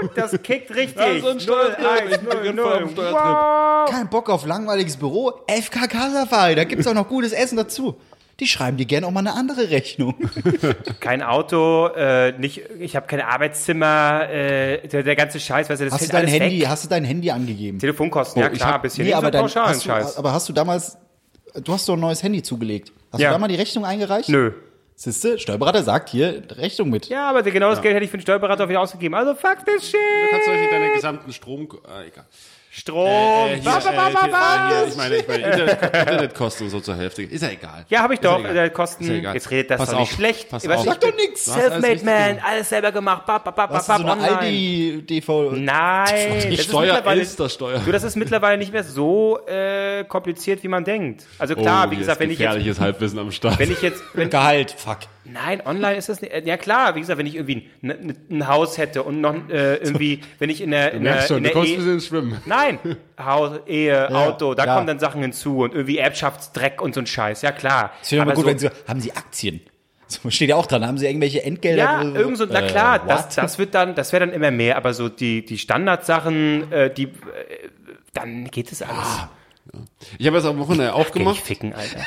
Uh, das kickt richtig.
Ja, so ein Steuertrip. Ich bin ganz voll auf dem Steuertrip.
Wow.
Kein Bock auf langweiliges Büro, FKK Safari, da gibt's auch noch gutes Essen dazu. Die schreiben dir gerne auch mal eine andere Rechnung.
Kein Auto, äh, nicht, ich habe kein Arbeitszimmer, äh, der, der ganze Scheiß, weißt du, das
Hast du
fällt
dein
alles
Handy,
weg.
hast du dein Handy angegeben?
Telefonkosten, ja
ich
klar,
hab-
bisschen.
Nee, aber,
so
dann,
pauschalen
hast du,
Scheiß.
aber hast du damals, du hast doch ein neues Handy zugelegt. Hast
Ja.
du da mal die Rechnung eingereicht?
Nö.
Siehste, Steuerberater sagt hier Rechnung mit.
Ja, aber genau das Geld hätte ich für den Steuerberater wieder ausgegeben. Also fuck this shit.
Du kannst solche deine gesamten Strom... Äh, egal.
Strom.
Äh, hier,
Ba, ba, ba,
äh,
ba,
hier,
ba.
hier, Ich meine, ich meine Internet, Internetkosten und so zur Hälfte. Ist ja egal.
Ja, habe ich
Ist
doch.
egal.
Äh,
Ist
Kosten.
ja egal.
Jetzt redet das
Pass
doch
auf,
nicht schlecht.
Pass
Ich weiß
auf.
nicht,
Sag doch nichts.
hast alles
Selfmade
richtig
Man, alles selber gemacht. Ba, ba, ba, ba,
Was ist
ba,
so eine
online.
ID-DV?
Nein,
Die
das ist
Steuer
mittlerweile-
ist das Steuer.
Du, das ist mittlerweile nicht mehr so äh, kompliziert, wie man denkt. Also klar,
Oh,
wie
hier
gesagt,
ist
wenn ich jetzt,
gefährliches Halbwissen am Start.
wenn ich jetzt, wenn,
Gehalt, fuck.
nein, online ist das nicht. äh, Ja klar, wie gesagt, wenn ich irgendwie ein, ein- ein Haus hätte und noch äh, irgendwie, wenn ich in der, in der,
Ne,
in der E-
ins Schwimmen.
Nein, Haus, Ehe, Auto, da
ja.
kommen dann Sachen hinzu und irgendwie Erbschaftsdreck und so ein Scheiß. Ja klar.
Das wäre mal
Aber
gut,
so,
wenn sie, haben sie Aktien? So steht ja auch dran, haben sie irgendwelche Entgelder?
ja,
Oder so?
irgend so, na
Äh,
klar,
what?
das, das wird dann, das wäre dann immer mehr, aber so die, die Standardsachen, äh, die, äh, dann geht es alles.
Ich habe jetzt am Wochenende
Geh
aufgemacht.
mich ficken, Alter.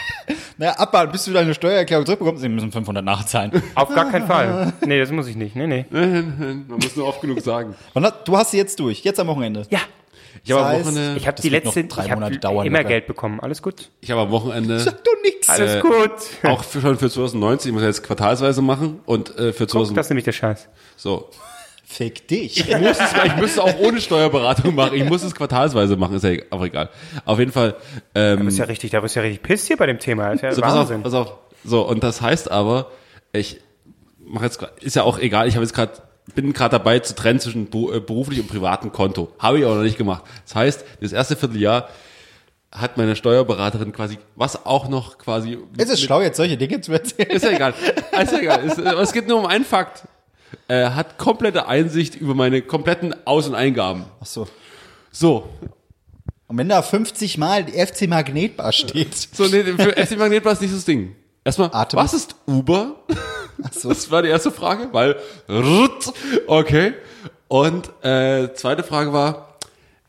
Na, abwarten, bis du deine Steuererklärung zurückbekommst, sie müssen 500 nachzahlen.
Auf gar keinen Fall. Nee, das muss ich nicht. Nee, nee.
Man muss nur oft genug sagen.
Wann hat- Du hast sie jetzt durch, jetzt am Wochenende.
Ja,
Ich habe am
heißt,
Wochenende,
ich habe
Das
die
wird noch
letzte
drei
ich hab
Monate dauern,
immer
locker.
Geld bekommen. Alles gut.
ich habe am Wochenende
Du nix.
Alles
Äh,
gut.
auch für, schon für 2019, ich muss ja jetzt quartalsweise machen und äh, für
Guck,
2000,
das ist nämlich der Scheiß.
so.
Fick dich.
Ich muss es, ich müsste auch ohne Steuerberatung machen. Ich muss es quartalsweise machen, ist ja auch egal. Auf jeden Fall, ähm,
Ist ja richtig, da bist du ja richtig piss hier bei dem Thema. Ist ja
so, Also
Also
pass auf,
Wahnsinn.
pass auf. So, und das heißt aber, ich mache jetzt, gra- ist ja auch egal, ich habe jetzt gerade, bin gerade dabei zu trennen zwischen bu- äh, beruflich und privatem Konto. Habe ich auch noch nicht gemacht. Das heißt, das erste Vierteljahr hat meine Steuerberaterin quasi, was auch noch quasi.
Es ist schlau, jetzt solche Dinge zu erzählen.
Ist ja egal. Ist ja egal. Ist, äh, es geht nur um einen Fakt. Äh, hat komplette Einsicht über meine kompletten Aus- und Eingaben.
Ach so.
So.
Und wenn da 50 Mal FC Magnetbar steht,
So, nee, für FC Magnet war es nicht das Ding. Erstmal,
Atem.
was ist Uber?
so.
Das war die erste Frage, weil, rrrt, okay. Und äh, zweite Frage war,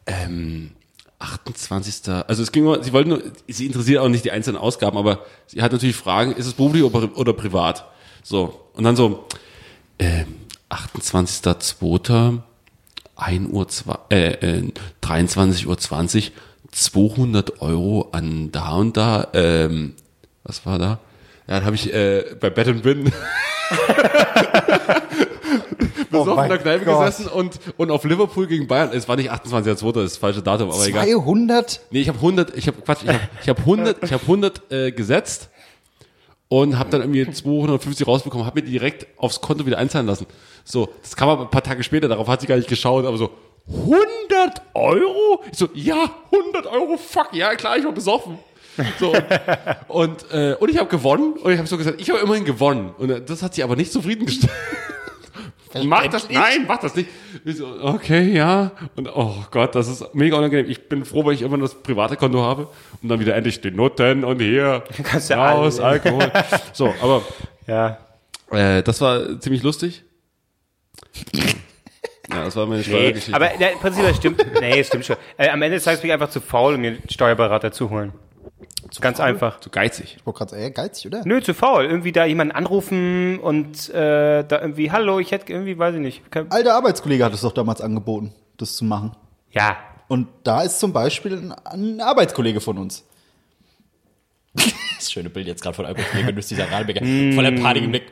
ähm, 28. Also es ging nur, sie wollten nur, sie interessiert auch nicht die einzelnen Ausgaben, aber sie hat natürlich Fragen, ist es beruflich oder, pri- oder privat? So, und dann so, ähm, 28.02. 1 Uhr, zwa- äh, äh, 23 Uhr 20, 200 Euro an da und da, ähm, was war da? Ja, dann habe ich äh, bei Bet and Win
Oh
besoffen in der Kneipe gesessen und, und auf Liverpool gegen Bayern. Es war nicht 28.02., das ist das falsche Datum,
Oh,
aber egal.
200
Nee, ich habe 100, ich habe Quatsch, ich habe ich hab 100, ich hab 100 äh, gesetzt und habe dann irgendwie 250 rausbekommen, habe mir die direkt aufs Konto wieder einzahlen lassen. So, das kam aber ein paar Tage später, darauf hat sie gar nicht geschaut, aber so 100 Euro? Ich so, ja, 100 Euro, fuck, ja klar, ich war besoffen. So, und, und, äh, und ich habe gewonnen und ich habe so gesagt, ich habe immerhin gewonnen. Und äh, das hat sie aber nicht zufriedengestellt. Mach das nicht. Nein, mach das nicht. Ich so, okay, ja. Und oh Gott, das ist mega unangenehm. Ich bin froh, weil ich immer das private Konto habe und dann wieder endlich die Noten und hier
kannst du
raus,
alles.
Alkohol. So, aber
Ja.
äh, das war ziemlich lustig. Ja, das war meine
Nee,
Steuergeschichte.
aber ja, im Prinzip, das stimmt. Nee, es stimmt schon. Äh, am Ende des Tages bin ich einfach zu faul, um mir einen Steuerberater zu holen. Ganz einfach.
zu geizig.
Ich wollte gerade sagen, ja, geizig, oder?
Nö, zu faul. Irgendwie da jemanden anrufen und äh, da irgendwie, hallo, ich hätte irgendwie, weiß ich nicht. Kein,
Alter Arbeitskollege hat es doch damals angeboten, das zu machen.
ja.
Und da ist zum Beispiel ein, ein Arbeitskollege von uns.
Das schöne Bild jetzt gerade von Albert Kollege Nüss, dieser Radebecker.
Mm.
Voller Panik im Blick.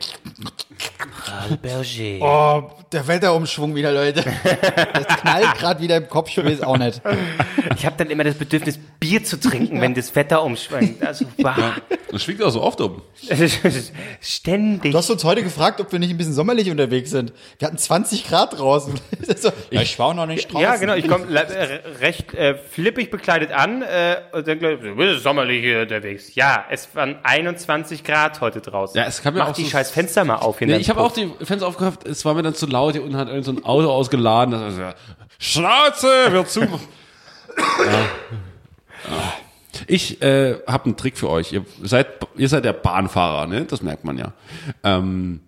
Berger.
Oh, der Wetterumschwung wieder, Leute. Das knallt gerade wieder im Kopf, ich weiß auch nicht.
Ich habe dann immer das Bedürfnis, Bier zu trinken, wenn das Wetter umschwenkt. Also, bah.
Das schwingt auch so oft um.
Es ist Ständig.
Du hast uns heute gefragt, ob wir nicht ein bisschen sommerlich unterwegs sind. Wir hatten 20 Grad draußen. So,
Ja, ich war auch noch nicht draußen.
Ja, genau. Ich komme recht äh, flippig bekleidet an äh, und dann gleich, du bist sommerlich hier unterwegs. Ja, es waren 21 Grad heute draußen.
Ja, es kam mir
Mach
auch
die
so-
scheiß Fenster mal auf. hier in
Nee,
deinem
ich habe
Puff.
auch die Fenster aufgehabt, es war mir dann zu laut, hier unten hat irgend so ein Auto ausgeladen. Das war so, Schnauze, wir zu. ja. Ah. Ich äh, habe einen Trick für euch. Ihr seid, ihr seid der Bahnfahrer, ne? Das merkt man ja. Ähm,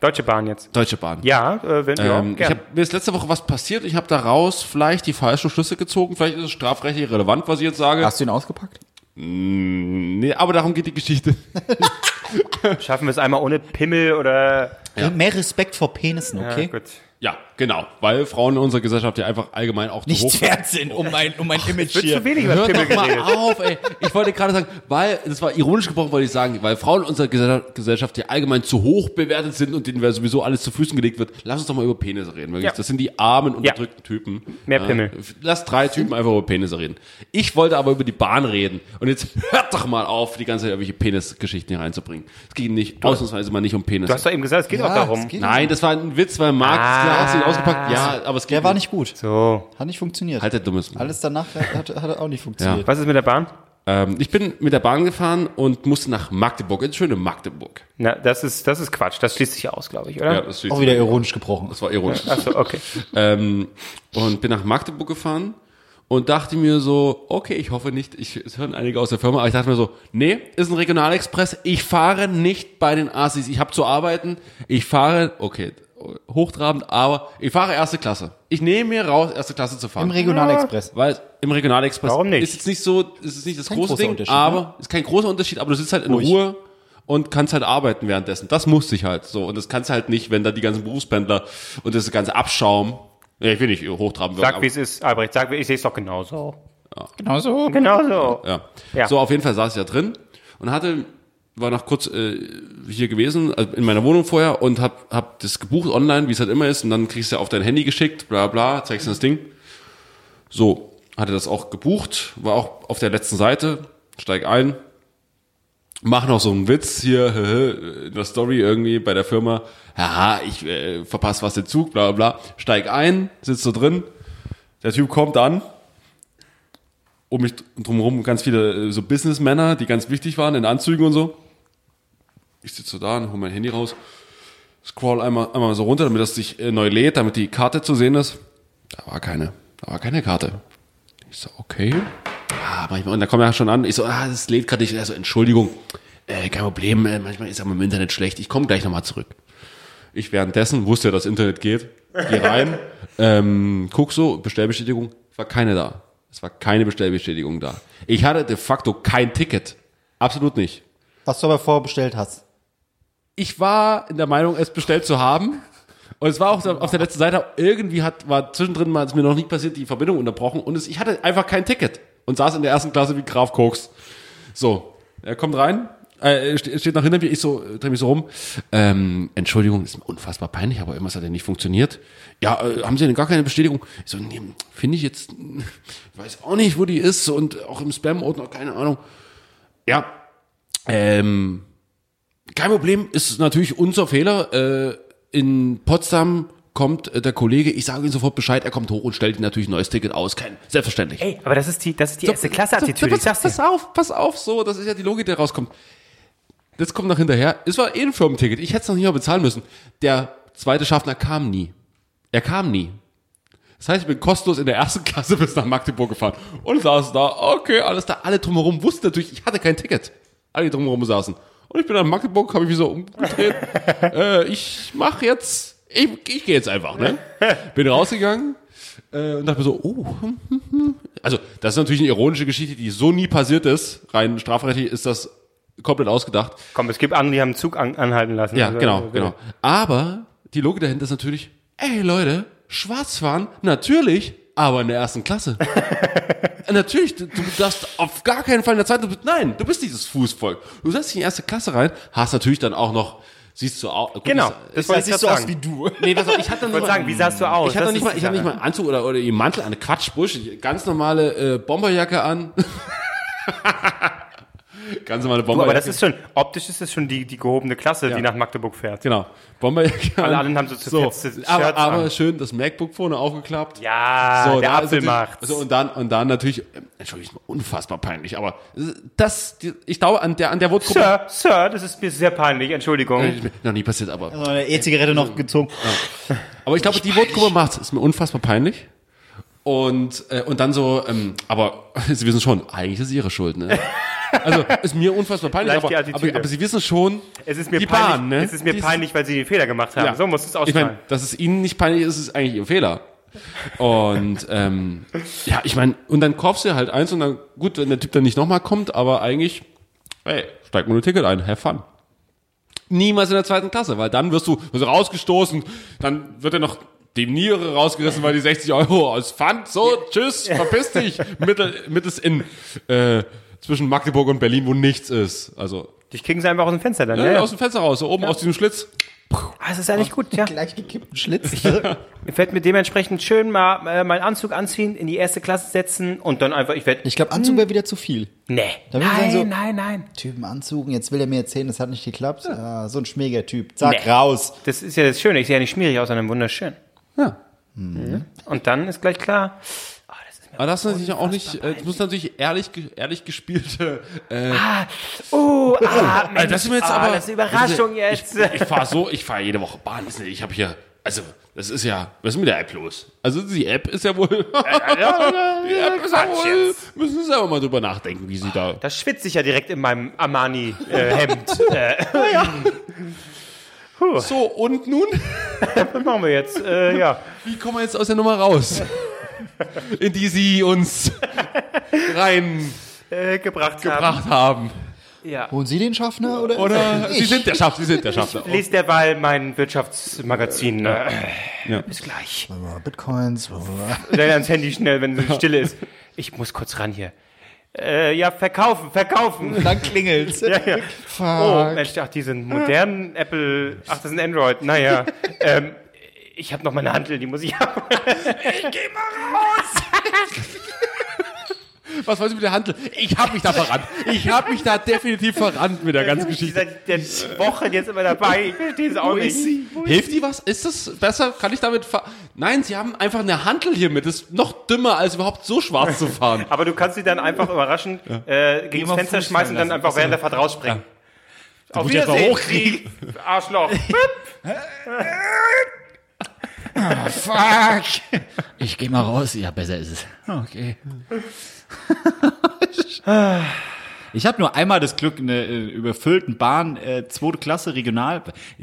Deutsche Bahn jetzt.
Deutsche Bahn.
Ja, äh, wenn ja,
Ähm, ich
gern.
hab, mir ist letzte Woche was passiert. Ich habe daraus vielleicht die falschen Schlüsse gezogen. Vielleicht ist es strafrechtlich relevant, was ich jetzt sage.
Hast du ihn ausgepackt?
Nee, aber darum geht die Geschichte.
Schaffen wir es einmal ohne Pimmel oder.
Mehr Respekt vor Penissen, okay?
Ja, gut.
Ja, genau. Weil Frauen in unserer Gesellschaft ja einfach allgemein auch zu hoch
Nicht wert sind um mein, um mein Image
Oh, Wird
hier.
zu wenig über Pimmel
Hört doch mal
geredet.
auf, ey. Ich wollte gerade sagen, weil, das war ironisch gebrochen, wollte ich sagen, weil Frauen in unserer Gesell- Gesellschaft ja allgemein zu hoch bewertet sind und denen wäre sowieso alles zu Füßen gelegt wird. Lass uns doch mal über Penisse reden. Wirklich.
Ja.
Das sind die armen, unterdrückten Typen.
Mehr Pimmel.
Lass drei Typen einfach über Penisse reden. Ich wollte aber über die Bahn reden. Und jetzt hört doch mal auf, die ganze Zeit irgendwelche Penisgeschichten hier reinzubringen. Es ging nicht, ausnahmsweise mal nicht um Penis.
Du hast doch eben gesagt, es geht auch darum.
es geht.
Nein, das war ein Witz, weil Marc ah. hat sich ausgepackt. Ja, aber es geht
Der war nicht gut.
So.
Hat nicht funktioniert.
Halt der dummes Maul.
Alles danach hat, hat, hat auch nicht funktioniert.
Was ist mit der Bahn?
Ähm, ich bin mit der Bahn gefahren und musste nach Magdeburg, ins schöne Magdeburg.
Na, das ist, das ist Quatsch. Das schließt sich aus, glaube ich, oder?
das, steht
Auch wieder ironisch gebrochen.
das war ironisch.
Achso, okay.
ähm, und bin nach Magdeburg gefahren und dachte mir so, okay, ich hoffe nicht, ich, es hören einige aus der Firma, aber ich dachte mir so, nee, ist ein Regionalexpress, ich fahre nicht bei den Assis, ich habe zu arbeiten, ich fahre, okay, hochtrabend, aber ich fahre erste Klasse. Ich nehme mir raus, erste Klasse zu fahren.
Im Regionalexpress.
Weil im Regionalexpress
Warum nicht?
ist jetzt nicht so, ist es nicht das
Kein
große
großer
Ding,
Unterschied, ne?
aber ist kein großer Unterschied, aber du sitzt halt in
Ruhig.
Ruhe und kannst halt arbeiten währenddessen. Das musste ich halt so und das kannst halt nicht, wenn da die ganzen Berufspendler und das ganze Abschaum. Ja, ich will nicht hochtraben.
Sag, wie
aber,
es ist, Albrecht. Sag, wie- ich sehe es doch genauso.
Genau so.
Genau so.
ja.
Ja.
So auf jeden Fall saß ich da drin und hatte war noch kurz äh, hier gewesen also in meiner Wohnung vorher und hab hab das gebucht online, wie es halt immer ist und dann kriegst du auf dein Handy geschickt, bla bla, zeigst dir das Ding. So, hatte das auch gebucht, war auch auf der letzten Seite, steig ein, mach noch so einen Witz hier in der Story irgendwie bei der Firma, haha, ich äh, verpasse was den Zug, bla bla, bla. steig ein, sitzt so drin, der Typ kommt an, um mich drumherum ganz viele äh, so Businessmänner, die ganz wichtig waren in Anzügen und so. Ich sitze so da und hole mein Handy raus, scroll einmal, einmal so runter, damit das sich äh, neu lädt, damit die Karte zu sehen ist. Da war keine, da war keine Karte. Ich so, okay. Ja, manchmal, und dann kommt er schon an, ich so, ah, das lädt gerade nicht. Also, Entschuldigung, äh, kein Problem, äh, manchmal ist aber im Internet schlecht, ich komme gleich nochmal zurück. Ich währenddessen wusste ja, dass Internet geht, geh rein, ähm, guck so, Bestellbestätigung, war keine da. Es war keine Bestellbestätigung da. Ich hatte de facto kein Ticket. Absolut nicht.
Was du aber vorbestellt hast.
Ich war in der Meinung, es bestellt zu haben. Und es war auch da- auf der letzten Seite, irgendwie hat, war zwischendrin mal, ist mir noch nie passiert, die Verbindung unterbrochen. Und es, ich hatte einfach kein Ticket. Und saß in der ersten Klasse wie Graf Koks. So, er kommt rein, äh, ste- steht nach hinter mir, ich so, äh, dreh mich so rum. Ähm, Entschuldigung, ist mir unfassbar peinlich, aber irgendwas hat ja nicht funktioniert. Ja, äh, haben Sie denn gar keine Bestätigung? Ich so, nee, finde ich jetzt, ich weiß auch nicht, wo die ist und auch im Spam-Ordner, keine Ahnung. Ja, ähm, kein Problem, ist natürlich unser Fehler. Äh, in Potsdam kommt äh, der Kollege, ich sage ihm sofort Bescheid, er kommt hoch und stellt ihm natürlich ein neues Ticket aus. Kein, selbstverständlich.
Ey, aber das ist die, das ist die erste
So,
Klasse-Attitüde,
so,
ich sag's
pass,
dir.
pass auf, pass auf, so, das ist ja die Logik, die rauskommt. Das kommt noch hinterher. Es war eh ein Firmenticket. Ich hätte es noch nicht mal bezahlen müssen. Der zweite Schaffner kam nie. Er kam nie. Das heißt, ich bin kostenlos in der ersten Klasse bis nach Magdeburg gefahren und saß da, okay, alles da, alle drumherum wussten natürlich, ich hatte kein Ticket. Alle die drumherum saßen. Und ich bin nach Magdeburg, habe ich mich so umgedreht. äh, ich mach jetzt, ich, ich gehe jetzt einfach, ne? Bin rausgegangen äh, und dachte mir so, oh, hm, hm, hm. also das ist natürlich eine ironische Geschichte, die so nie passiert ist. Rein strafrechtlich ist das komplett ausgedacht.
Komm, es gibt andere, die haben einen Zug an, anhalten lassen.
Ja,
Also,
genau,
also,
genau. Aber die Logik dahinter ist natürlich, ey Leute, schwarz fahren, natürlich, aber in der ersten Klasse. natürlich, du, du darfst auf gar keinen Fall in der zweiten, nein, du bist dieses Fußvolk. Du setzt dich in die erste Klasse rein, hast natürlich dann auch noch, siehst du auch, gut,
Genau,
das,
das wollte ich
Siehst
gerade
du aus
sagen.
wie
Ich
du.
nee, pass auf, ich hatte dann
wollte
sogar-
sagen, wie sahst du aus?
ich hatte
Das
noch nicht
ist
mal,
die
ich hatte nicht mal
Sache.
einen Anzug oder, oder einen Mantel, eine Quatsch, Bullshit, ganz normale äh, Bomberjacke an. ganz normale
Du,
Bomberjacke.
aber das ist schon, optisch ist das schon die, die gehobene Klasse, die nach Magdeburg fährt.
genau. Bomberjacke.
Alle
an.
anderen haben so zerfetzte Shirts
aber, aber
an.
schön das MacBook vorne aufgeklappt.
Ja, der
da also ist
Apfel
natürlich-
macht's.
So, und dann und dann natürlich äh, Entschuldigung, ist mir unfassbar peinlich, aber äh, das die, ich glaube an der an der Wortgruppe
Sir, Sir, das ist mir sehr peinlich, Entschuldigung.
Ist mir noch nie passiert, aber
So eine E-Zigarette noch gezogen.
Aber ich glaube, die Wortgruppe macht's. Ist mir unfassbar peinlich. Und, äh, und dann so, ähm, aber sie wissen schon, eigentlich ist es ihre Schuld, ne? Also ist mir unfassbar peinlich,
Leicht
aber,
die
aber,
Attitüde.
aber sie wissen schon,
Es ist mir
die
peinlich,
Bahn, ne?
es ist mir
Die
peinlich, weil sie den Fehler gemacht haben. So muss es
Ich
ausfallen.
meine, dass es ihnen nicht peinlich ist, ist eigentlich ihr Fehler. Und ähm, ja, ich meine, und dann kaufst du halt eins und dann, gut, wenn der Typ dann nicht nochmal kommt, aber eigentlich, hey, steig mal ein Ticket ein, have fun. Niemals in der zweiten Klasse, weil dann wirst du, wirst du rausgestoßen, dann wird er noch die Niere rausgerissen, weil die 60 Euro aus Pfand, so, tschüss, verpiss dich, mittel, mittels in, äh, zwischen Magdeburg und Berlin, wo nichts ist. Also,
Dich kriegen sie einfach aus dem Fenster dann,
ja,
ne?
aus dem Fenster raus, so oben aus diesem Schlitz.
Ah, es ist eigentlich gut, ja.
Gleich gekippten Schlitz.
Ich werde mir dementsprechend schön mal äh, meinen Anzug anziehen, in die erste Klasse setzen und dann einfach, ich werde.
Ich glaube, Anzug wäre wieder zu viel.
Nee.
Da bin ich dann so-
nein, nein.
Typen anzugen, jetzt will er mir erzählen, das hat nicht geklappt. Ah, so ein schmieriger Typ. Zack, raus.
Das ist ja das Schöne. Ich sehe ja nicht schmierig aus, sondern wunderschön. Mhm.
Ja.
Und dann ist gleich klar. ah, das ist mir-
Aber das ist natürlich auch nicht, äh, das muss natürlich ehrlich, ge- ehrlich gespielte. Äh,
Oh, ah, Mensch,
also das ist mir jetzt
ah,
aber
Das ist eine Überraschung
das
jetzt.
ist ja- Ich, ich fahre so, ich fahre jede Woche Bahn. Das ist ja- Ich habe hier, also das ist ja, was ist mit der App los? Also die App ist ja wohl, die App ist ja wohl, müssen Sie selber mal drüber nachdenken, wie sie da.
Da schwitze ich ja direkt in meinem Armani-Hemd. Äh,
So und nun,
was machen wir jetzt? Äh, ja.
wie kommen wir jetzt aus der Nummer raus, in die Sie uns reingebracht
Äh, gebracht, haben.
haben?
Ja.
Oh,
Holen Sie den Schaffner oder?
Oder Sie sind der Schaffner, Sie sind der Schaffner.
Lest derweil mein Wirtschaftsmagazin. Ne?
Ja.
Bis gleich.
Oh, Bitcoins.
Dann ans Handy schnell, wenn es stille ist. Ich muss kurz ran hier. Äh, ja, verkaufen, verkaufen.
Dann klingelt's.
Ja, ja. Oh, Mensch, ach, die sind modernen Apple. Ach, das ist ein Android. Naja. ähm, ich habe noch meine Handel, die muss ich haben.
Was wollen Sie mit der Handel? Ich habe mich da verrannt. Ich habe mich da definitiv verrannt mit der ganzen
Die sind
Geschichte.
seit der Woche jetzt immer dabei. Ich verstehe es auch nicht.
Hilft die was? Ist das besser? Kann ich damit fahren? Nein, Sie haben einfach eine Handel hier mit. Das ist noch dümmer, als überhaupt so schwarz zu fahren.
Aber du kannst sie dann einfach überraschen, äh, gegen das Fenster schmeißen und dann einfach während der Fahrt rausspringen. Auf
muss ich erst mal
Wiedersehen, Sie Arschloch.
Ah, fuck. Ich gehe mal raus. Ja, besser ist es. Okay. Ich habe nur einmal das Glück, eine äh, überfüllten Bahn, äh, zweite Klasse Regional,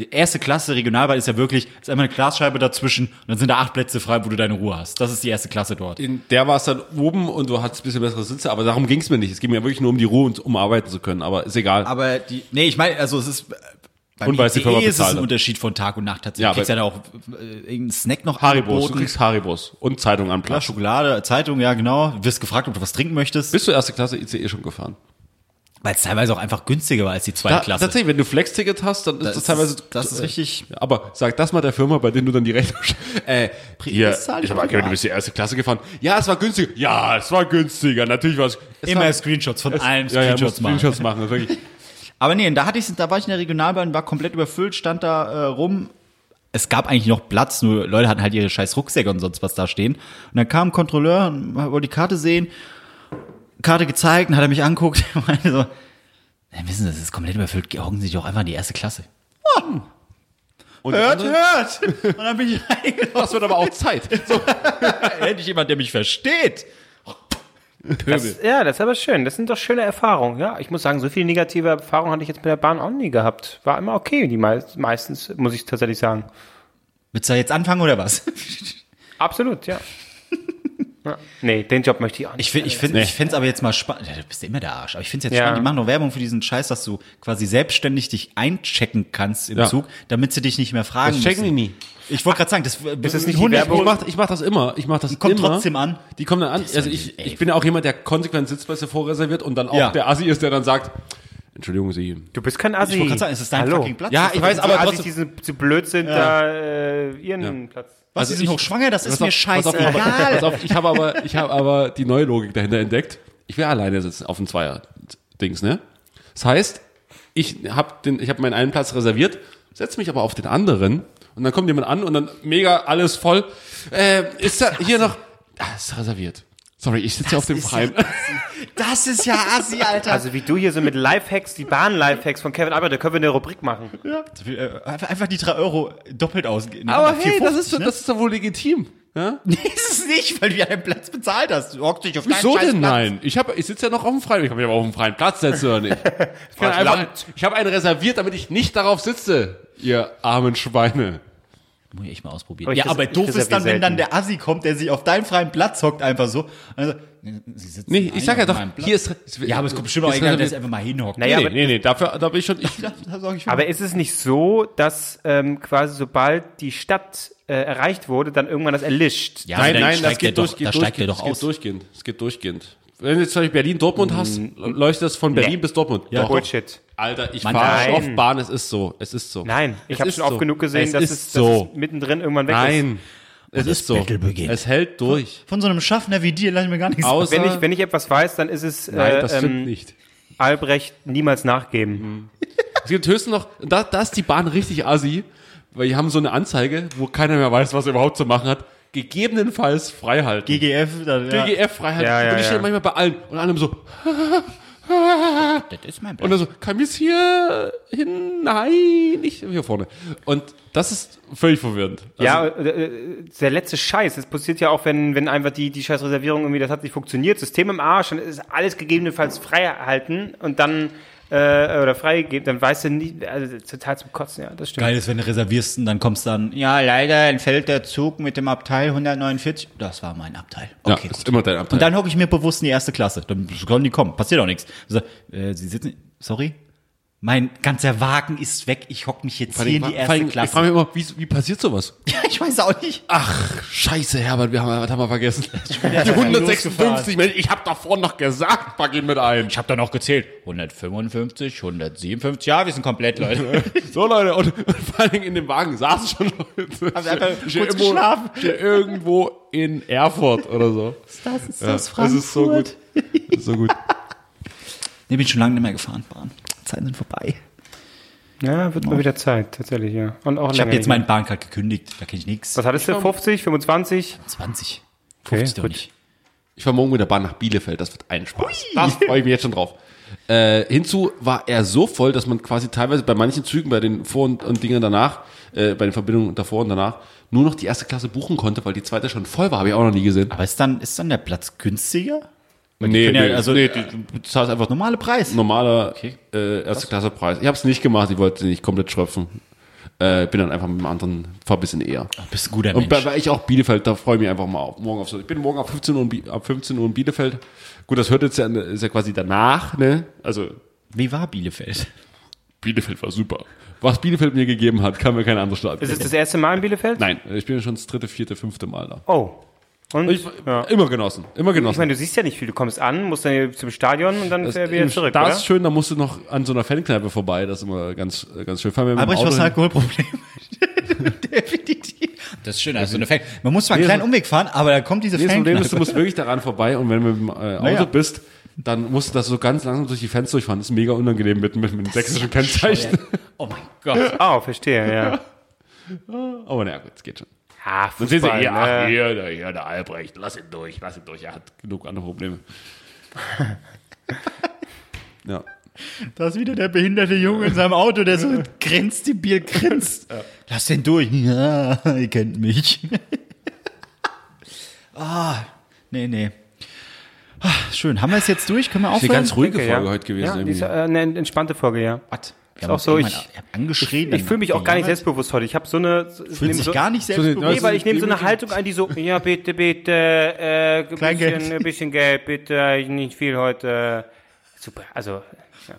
erste Klasse Regionalbahn ist ja wirklich, ist einmal eine Glasscheibe dazwischen und dann sind da acht Plätze frei, wo du deine Ruhe hast. Das ist die erste Klasse dort.
In der war es dann oben und du hattest ein bisschen bessere Sitze, aber darum ging es mir nicht. Es ging mir wirklich nur um die Ruhe und um arbeiten zu können, aber ist egal.
Aber die, nee, ich meine, also es ist, äh, beim
Und weil es die
ICE
Firma
ist es
bezahlt
ein
hat.
Unterschied von Tag und Nacht tatsächlich.
Ja,
du kriegst ja
aber-
da auch äh, irgendeinen Snack noch
Haribos, du
angeboten.
kriegst Haribos und Zeitung an
Ja,
Platz.
Schokolade, Zeitung, ja genau. Du wirst gefragt, ob du was trinken möchtest.
Bist du erste Klasse ICE schon gefahren?
Weil es teilweise auch einfach günstiger war als die zweite
Ta-
Klasse.
Tatsächlich, wenn du Flex-Ticket hast, dann ist das,
ist-
teilweise. äh,
das ist richtig-
Ja, Aber sag das mal der Firma, bei denen du dann die Rechnung. Äh, hier,
das zahl
ich
ich
habe
privat.
angehört, du bist die erste Klasse gefahren. Ja, es war günstiger. Ja, es war günstiger. Natürlich war es. es war,
Immer Screenshots von allen
ja, ja,
Screenshots
Screenshots
machen.
Screenshots machen. Das ist wirklich,
Aber nee, da hatte ich da war ich in der Regionalbahn, war komplett überfüllt, stand da äh, rum. Es gab eigentlich noch Platz, nur Leute hatten halt ihre scheiß Rucksäcke und sonst was da stehen. Und dann kam ein Kontrolleur und wollte die Karte sehen, Karte gezeigt und hat er mich anguckt und meinte so, "Na, wissen Sie, das ist komplett überfüllt, hocken Sie sich doch einfach in die erste Klasse.
und
Hört,
andere-
hört! Und dann bin ich reingelaufen.
Das wird aber auch Zeit. So,
Endlich jemand, der mich versteht.
Das, ja, das ist aber schön. Das sind doch schöne Erfahrungen. Ja, ich muss sagen, so viel negative Erfahrungen hatte ich jetzt mit der Bahn auch nie gehabt. War immer okay, die meist, meistens, muss ich tatsächlich sagen.
Willst du da jetzt anfangen oder was?
Absolut, ja. ja. Nee, den Job möchte ich auch nicht.
Ich finde ich find, ich find's aber jetzt mal spannend. Ja, du bist ja immer der Arsch. Aber ich finde es jetzt
Ja.
spannend. Die machen doch Werbung für diesen Scheiß, dass du quasi selbstständig dich einchecken kannst im
Ja.
Zug, damit sie dich nicht mehr fragen
das checken die
müssen.
nie.
Ich wollte gerade sagen, das ist
das nicht die
Ich
Werbung?
mach, ich mach das immer. Ich mach das
Kommt
immer.
trotzdem an.
Die kommen dann an. Also ich, ich bin ja auch jemand, der konsequent Sitzplätze vorreserviert und dann auch
Ja.
der Assi ist, der dann sagt, Entschuldigung, Sie.
Du bist kein Assi.
Ich wollte gerade sagen, es ist dein
Hallo.
fucking Platz.
Ja,
Das
ich
ist
weiß,
doch-
Aber
aber
die Assis,
trotzdem-
die sind zu blöd sind, da äh, ihren Platz.
was,
also
sie sind
ich-
hoch schwanger, das ist
Pass auf,
mir
pass auf, ich hab- Pass
scheißegal.
auf, ich habe aber, ich habe aber die neue Logik dahinter entdeckt. Ich will alleine sitzen auf dem Zweier-Dings, ne? Das heißt, ich habe den, ich habe meinen einen Platz reserviert, setze mich aber auf den anderen und dann kommt jemand an und dann mega alles voll. Äh, ist da hier noch? Ah, ist reserviert. Sorry, ich sitze auf dem freien.
Das ist ja assi, Alter.
Also wie du hier so mit Lifehacks, die Bahn-Lifehacks von Kevin Albert, da können wir eine Rubrik machen.
Äh, einfach einfach die drei Euro doppelt ausgeben.
aber
Nach
hey, das
4,50,
ist, das ist doch wohl legitim. Ja?
Ne? Nee, ist es nicht, weil du ja deinen Platz bezahlt hast. Du hockst dich auf deinen
Wieso
scheiß
denn
Platz.
nein? Ich habe, ich sitze ja noch auf dem freien. Ich kann mich aber auf dem freien Platz setzen oder nicht? Ich, kann einfach, ich habe einen reserviert, damit ich nicht darauf sitze. Ihr armen Schweine.
Muss ich echt mal
Aber
ausprobieren.
ich
Ja,
res-
aber
ich
doof ist dann,
reserviere
wenn dann
selten.
der Assi kommt, der sich auf deinen freien Platz hockt, einfach so. Also, sie sitzen
Nee, ich
ein
sag ja
auf
doch,
meinem Platz.
hier ist.
Ja, aber es kommt bestimmt auch
hier
egal, dass
reserviert.
er einfach mal hinhockt.
Naja,
nee,
aber-
nee, nee, dafür, da bin ich schon. Ich,
Da sorg ich für.
Aber ist es nicht so, dass ähm, quasi sobald die Stadt äh, erreicht wurde, dann irgendwann das erlischt?
ja,
nein,
dann
nein, das
steigt der
geht durch,
doch,
geht
da
durch,
steigt er doch
es geht
aus. Mhm.
durchgehend. Es geht durchgehend. Wenn du jetzt zum Beispiel Berlin-Dortmund hast, leuchtet das von Berlin bis Dortmund. Ja,
Bullshit.
Alter, ich
Mann,
fahre
nein.
auf Bahn, es ist so. Es ist so.
Nein, ich
Es
habe
ist
schon oft
so.
genug gesehen,
es
dass,
ist
es, dass
so.
es mittendrin irgendwann weg ist.
Nein, es ist so.
Battle beginnt.
Es hält durch.
Von so einem Schaffner wie dir lasse ich mir gar nichts aus.
Außer,
Wenn ich, wenn ich etwas weiß, dann ist es
Nein,
äh,
das stimmt
ähm,
nicht. Mhm.
Albrecht niemals nachgeben.
Es gibt höchstens noch, da, da ist die Bahn richtig assi, weil die haben so eine Anzeige, wo keiner mehr weiß, was er überhaupt zu machen hat. Gegebenenfalls Freihalten.
GGF, E da, ja.
GGF Freihalten.
Ja, ja,
und ich stehe
ja.
manchmal bei allen und allem so,
Das ist mein
und
Platz.
dann so, kann ich jetzt hier hin? Nein, nicht hier vorne. Und das ist völlig verwirrend. Also,
Ja, äh, äh, der letzte Scheiß. Das passiert ja auch, wenn, wenn einfach die, die Scheißreservierung irgendwie, das hat nicht funktioniert, System im Arsch, dann ist alles gegebenenfalls frei erhalten und dann, äh, oder freigegeben, dann weißt du nicht, also total zum Kotzen, ja, das stimmt.
Geil ist, wenn du reservierst und dann kommst dann, ja, leider entfällt der Zug mit dem Abteil 149. Das war mein Abteil.
ja,
Okay,
ist
gut.
immer dein Abteil.
Und dann hocke ich mir bewusst in die erste Klasse. Dann können die kommen. Passiert auch nichts. So, äh, sie sitzen, sorry? Mein ganzer Wagen ist weg. Ich hocke mich jetzt
Vor
hier
allem-
in die
vor
erste
allem, Ich frage
Klasse.
mich immer, wie, wie passiert sowas?
Ja, ich weiß auch nicht.
Ach, scheiße, Herbert, wir haben, was haben wir vergessen. Die 156, Mensch, ich habe davor noch gesagt, pack ihn mit ein.
Ich habe da noch gezählt. 155, 157. Ja, wir sind komplett, Leute.
So Leute, und, und vor allem in dem Wagen saßen schon Leute.
Haben sie einfach
Ich
kurz
stehe irgendwo,
geschlafen.
ich stehe irgendwo in Erfurt oder so.
Das ist
Ja, Das ist so gut. Das ist so gut.
Ich bin schon lange nicht mehr gefahren, Bahn. Zeiten sind vorbei.
Ja, wird mal wieder Zeit, tatsächlich, ja. Und auch
Ich habe
länger
jetzt
nicht.
meinen Bahncard gekündigt. Da kenne ich nichts.
Was hattest du? 50, 25?
20. 50 doch
gut.
nicht.
Ich fahre morgen mit der Bahn nach Bielefeld, das wird ein Spaß. Das freue ich mich jetzt schon drauf. Äh, hinzu war er so voll, dass man quasi teilweise bei manchen Zügen, bei den Vor- und, und Dingen danach, äh, bei den Verbindungen davor und danach, nur noch die erste Klasse buchen konnte, weil die zweite schon voll war, habe ich auch noch nie gesehen.
Aber ist dann, ist dann der Platz günstiger?
Nee,
können ja- also-
nee, die-
Du zahlst einfach normale Preis.
normaler äh, erste Klasse Preis. Ich habe es nicht gemacht, ich wollte nicht komplett schröpfen. Äh, bin dann einfach mit dem anderen, fahr ein bisschen eher.
bist ein guter
Und bei,
Mensch.
weil ich auch Bielefeld, da freue ich mich einfach mal auf. Morgen auf so. Ich bin morgen ab 15 Uhr, in Bi- ab 15 Uhr in Bielefeld. Gut, das hört jetzt ja, ist ja quasi danach, ne? Also
Wie war Bielefeld?
Bielefeld war super. Was Bielefeld mir gegeben hat, kann mir keine andere Stadt.
Ist es
geben.
das erste Mal in Bielefeld?
Nein, ich bin ja schon das dritte, vierte, fünfte Mal da.
Oh. Und
Ich,
ja.
Immer genossen, immer genossen.
ich meine, du siehst ja nicht viel. Du kommst an, musst dann hier zum Stadion und dann
das,
wieder zurück.
da
oder?
ist schön, da musst du noch an so einer Fankneipe vorbei, das ist immer ganz, äh, ganz schön. Fahren wir mit dem
Albrecht,
Auto
was ein
hin.
Alkoholproblem? Definitiv.
Das ist schön, also eine Fan.
Man muss zwar einen kleinen Umweg fahren, aber da kommt diese
Nee, das Problem
Fankneipe.
ist, du musst wirklich daran vorbei und wenn du mit dem äh, Auto
Naja.
bist, dann musst du das so ganz langsam durch die Fans durchfahren. Das ist mega unangenehm mit, mit, mit dem sächsischen Kennzeichen.
Oh mein Gott.
Ah, oh, verstehe, ja.
Aber naja, Oh, gut, es geht schon.
Ah,
Dann sehen sie,
Fußball,
hier, ach,
ne?
hier, der, hier, der Albrecht, lass ihn durch, lass ihn durch, er hat genug andere Probleme. ja.
Da ist wieder der behinderte Junge in seinem Auto, der so grinst, die Bier grinst. Lass den durch. Ja, ihr kennt mich. ah, nee, nee. Ah, schön. Haben wir es jetzt durch? Können wir
Eine
aufhören?
ganz ruhige
Okay,
Folge
ja.
heute gewesen.
Ja, die
irgendwie.
ist, äh, eine entspannte Folge, ja.
What?
Ist auch so, ich-
angeschrien.
Ich fühle mich auch gar nicht
Jemand
selbstbewusst heute. Ich habe so eine. So, ich nehm
Fühlt sich
so,
gar nicht selbstbewusst.
Nee, weil ich nehme so eine Haltung ein, die so, ja, bitte, bitte, äh, ein
Kleingeld.
bisschen, ein bisschen Geld, bitte, nicht viel heute. Super, also, ja.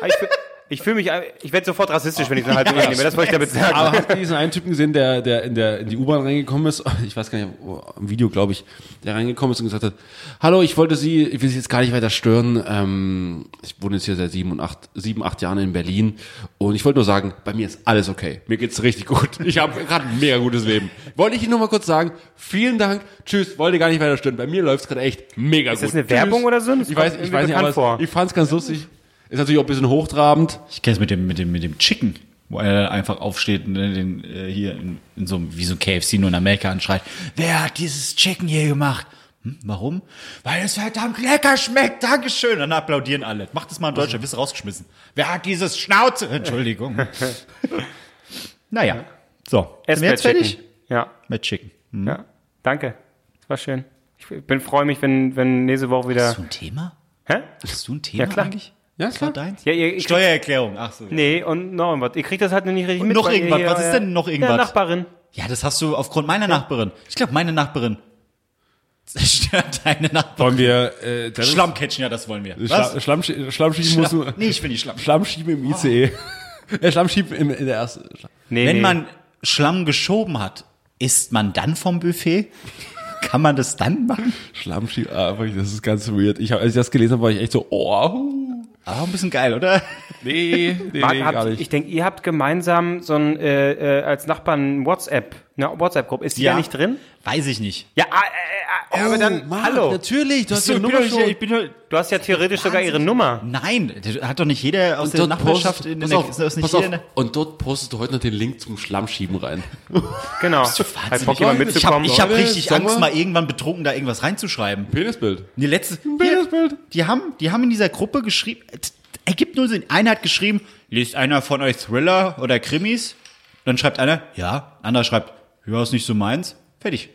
Aber Ich, fühl- ich fühle mich, ein- ich werde sofort rassistisch, wenn ich so eine Haltung einnehme. Das wollte ich damit sagen.
Aber habt ihr diesen einen Typen gesehen, der, der, in, der in die U-Bahn reingekommen ist? Ich weiß gar nicht, wo, im Video, glaube ich, der reingekommen ist und gesagt hat, hallo, ich wollte Sie, ich will Sie jetzt gar nicht weiter stören. Ähm, ich wohne jetzt hier seit sieben, und acht, sieben, acht Jahren in Berlin und ich wollte nur sagen, bei mir ist alles okay. Mir geht's richtig gut. Ich habe gerade ein mega gutes Leben. Wollte ich Ihnen nur mal kurz sagen, vielen Dank, tschüss, wollte gar nicht weiter stören. Bei mir läuft's gerade echt mega gut.
das eine Werbung oder so? Das
Ich
kommt
weiß, ich
irgendwie
weiß nicht,
bekannt
aber
vor.
es, ich fand's ganz lustig. Ist natürlich auch ein bisschen hochtrabend.
Ich kenne es mit dem, mit, dem, mit dem Chicken, wo er einfach aufsteht und den, äh, hier in, in so einem, wie so ein KFC nur in Amerika anschreit, wer hat dieses Chicken hier gemacht? Hm, warum? Weil es verdammt lecker schmeckt, Dankeschön. Dann applaudieren alle. Macht es mal in Deutschland, wirst rausgeschmissen. Wer hat dieses Schnauze? Entschuldigung. naja, so.
Esst
Sind wir jetzt
mehr
fertig?
Chicken. Ja,
Mit Chicken.
ja. Danke. Das war schön. Ich bin freue mich, wenn, wenn nächste Woche wieder.
Hast du ein Thema?
Hä?
Hast du ein Thema
klar.
eigentlich?
Ja,
Was war deins?
Ja, ihr, ihr kriegt,
Steuererklärung, ach so.
nee, und noch irgendwas. Ihr kriegt das halt nicht richtig
Und
mit.
noch
weil ihr
irgendwas.
hier
Was ist
euer-
denn noch
Ja,
irgendwas?
Nachbarin.
Ja, das hast du aufgrund meiner Nachbarin. Ich glaube, meine Nachbarin zerstört deine
Wollen
Nachbarin.
wir äh, Dennis-
Schlammcatchen, ja, das wollen wir.
Schla Schlamm, Schlammschieben muss nur.
Nee, ich will nicht Schlamm.
Schlammschieben im ICE. Äh, Schlammschieben in, in der ersten.
Nee,
Wenn
nee.
man Schlamm geschoben hat, isst man dann vom Buffet? Kann man das dann machen?
Schlammschieben, ah, wirklich, das ist ganz weird. Ich hab, als ich das gelesen habe, war ich echt so, oh, hu.
Aber ein bisschen geil, oder?
nee, nee, nee,
Marc,
gar
habt,
nicht.
ich denke, ihr habt gemeinsam so ein äh, äh, als Nachbarn WhatsApp, eine WhatsApp-Gruppe. Ist die
Ja.
da nicht drin?
Weiß ich nicht.
Ja, äh,
oh,
äh, äh, aber dann, hallo.
Oh, Natürlich, du hast
So, ich bin doch nicht- ich bin doch- du hast ja theoretisch sogar ihre Nummer.
Nein, das hat doch nicht jeder aus
Und
der
dort
Nachbarschaft
postest,
in
pass
der
auf,
ist das nicht
pass
jeder
auf,
in der-
und dort postest du heute noch den Link zum Schlammschieben rein.
Genau. Hat
Wahnsinnig.
Bock, jemand
Ich habe
mitzukommen?
hab
Leute,
richtig
sag mal.
Angst, mal irgendwann betrunken da irgendwas reinzuschreiben.
Penisbild.
Die letzte.
Penisbild.
Die haben, die haben in dieser Gruppe geschrieben, äh, ergibt null Sinn. Einer hat geschrieben, liest einer von euch Thriller oder Krimis? Dann schreibt einer, ja. Anderer schreibt, ja, ist nicht so meins. Fertig.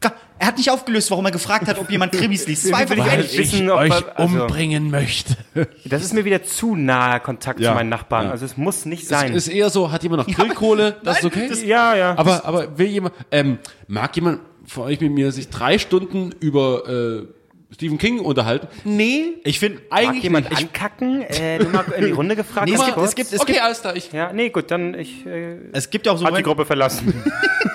Ka- Er hat nicht aufgelöst, warum er gefragt hat, ob jemand Krimis liest. Zwei von
will ich
drei.
eigentlich wissen, ob man- also-
möchte.
das ist mir wieder zu naher Kontakt
Ja.
zu meinen Nachbarn.
Ja.
Also es muss nicht
Das
sein.
ist eher so, hat jemand noch Grillkohle? Das ist okay.
ja, ja.
Aber, aber will jemand, ähm, mag jemand von euch mit mir sich drei Stunden über äh, Stephen King unterhalten? Nee.
Ich finde,
Mag jemand ankacken? Äh, nur mal in die Runde gefragt.
Nee, es
ganz
gibt-
kurz.
es gibt- es
okay, alles klar. Ich,
ja, nee, gut, dann ich äh,
es gibt ja auch so
hat die
Momente,
Gruppe verlassen.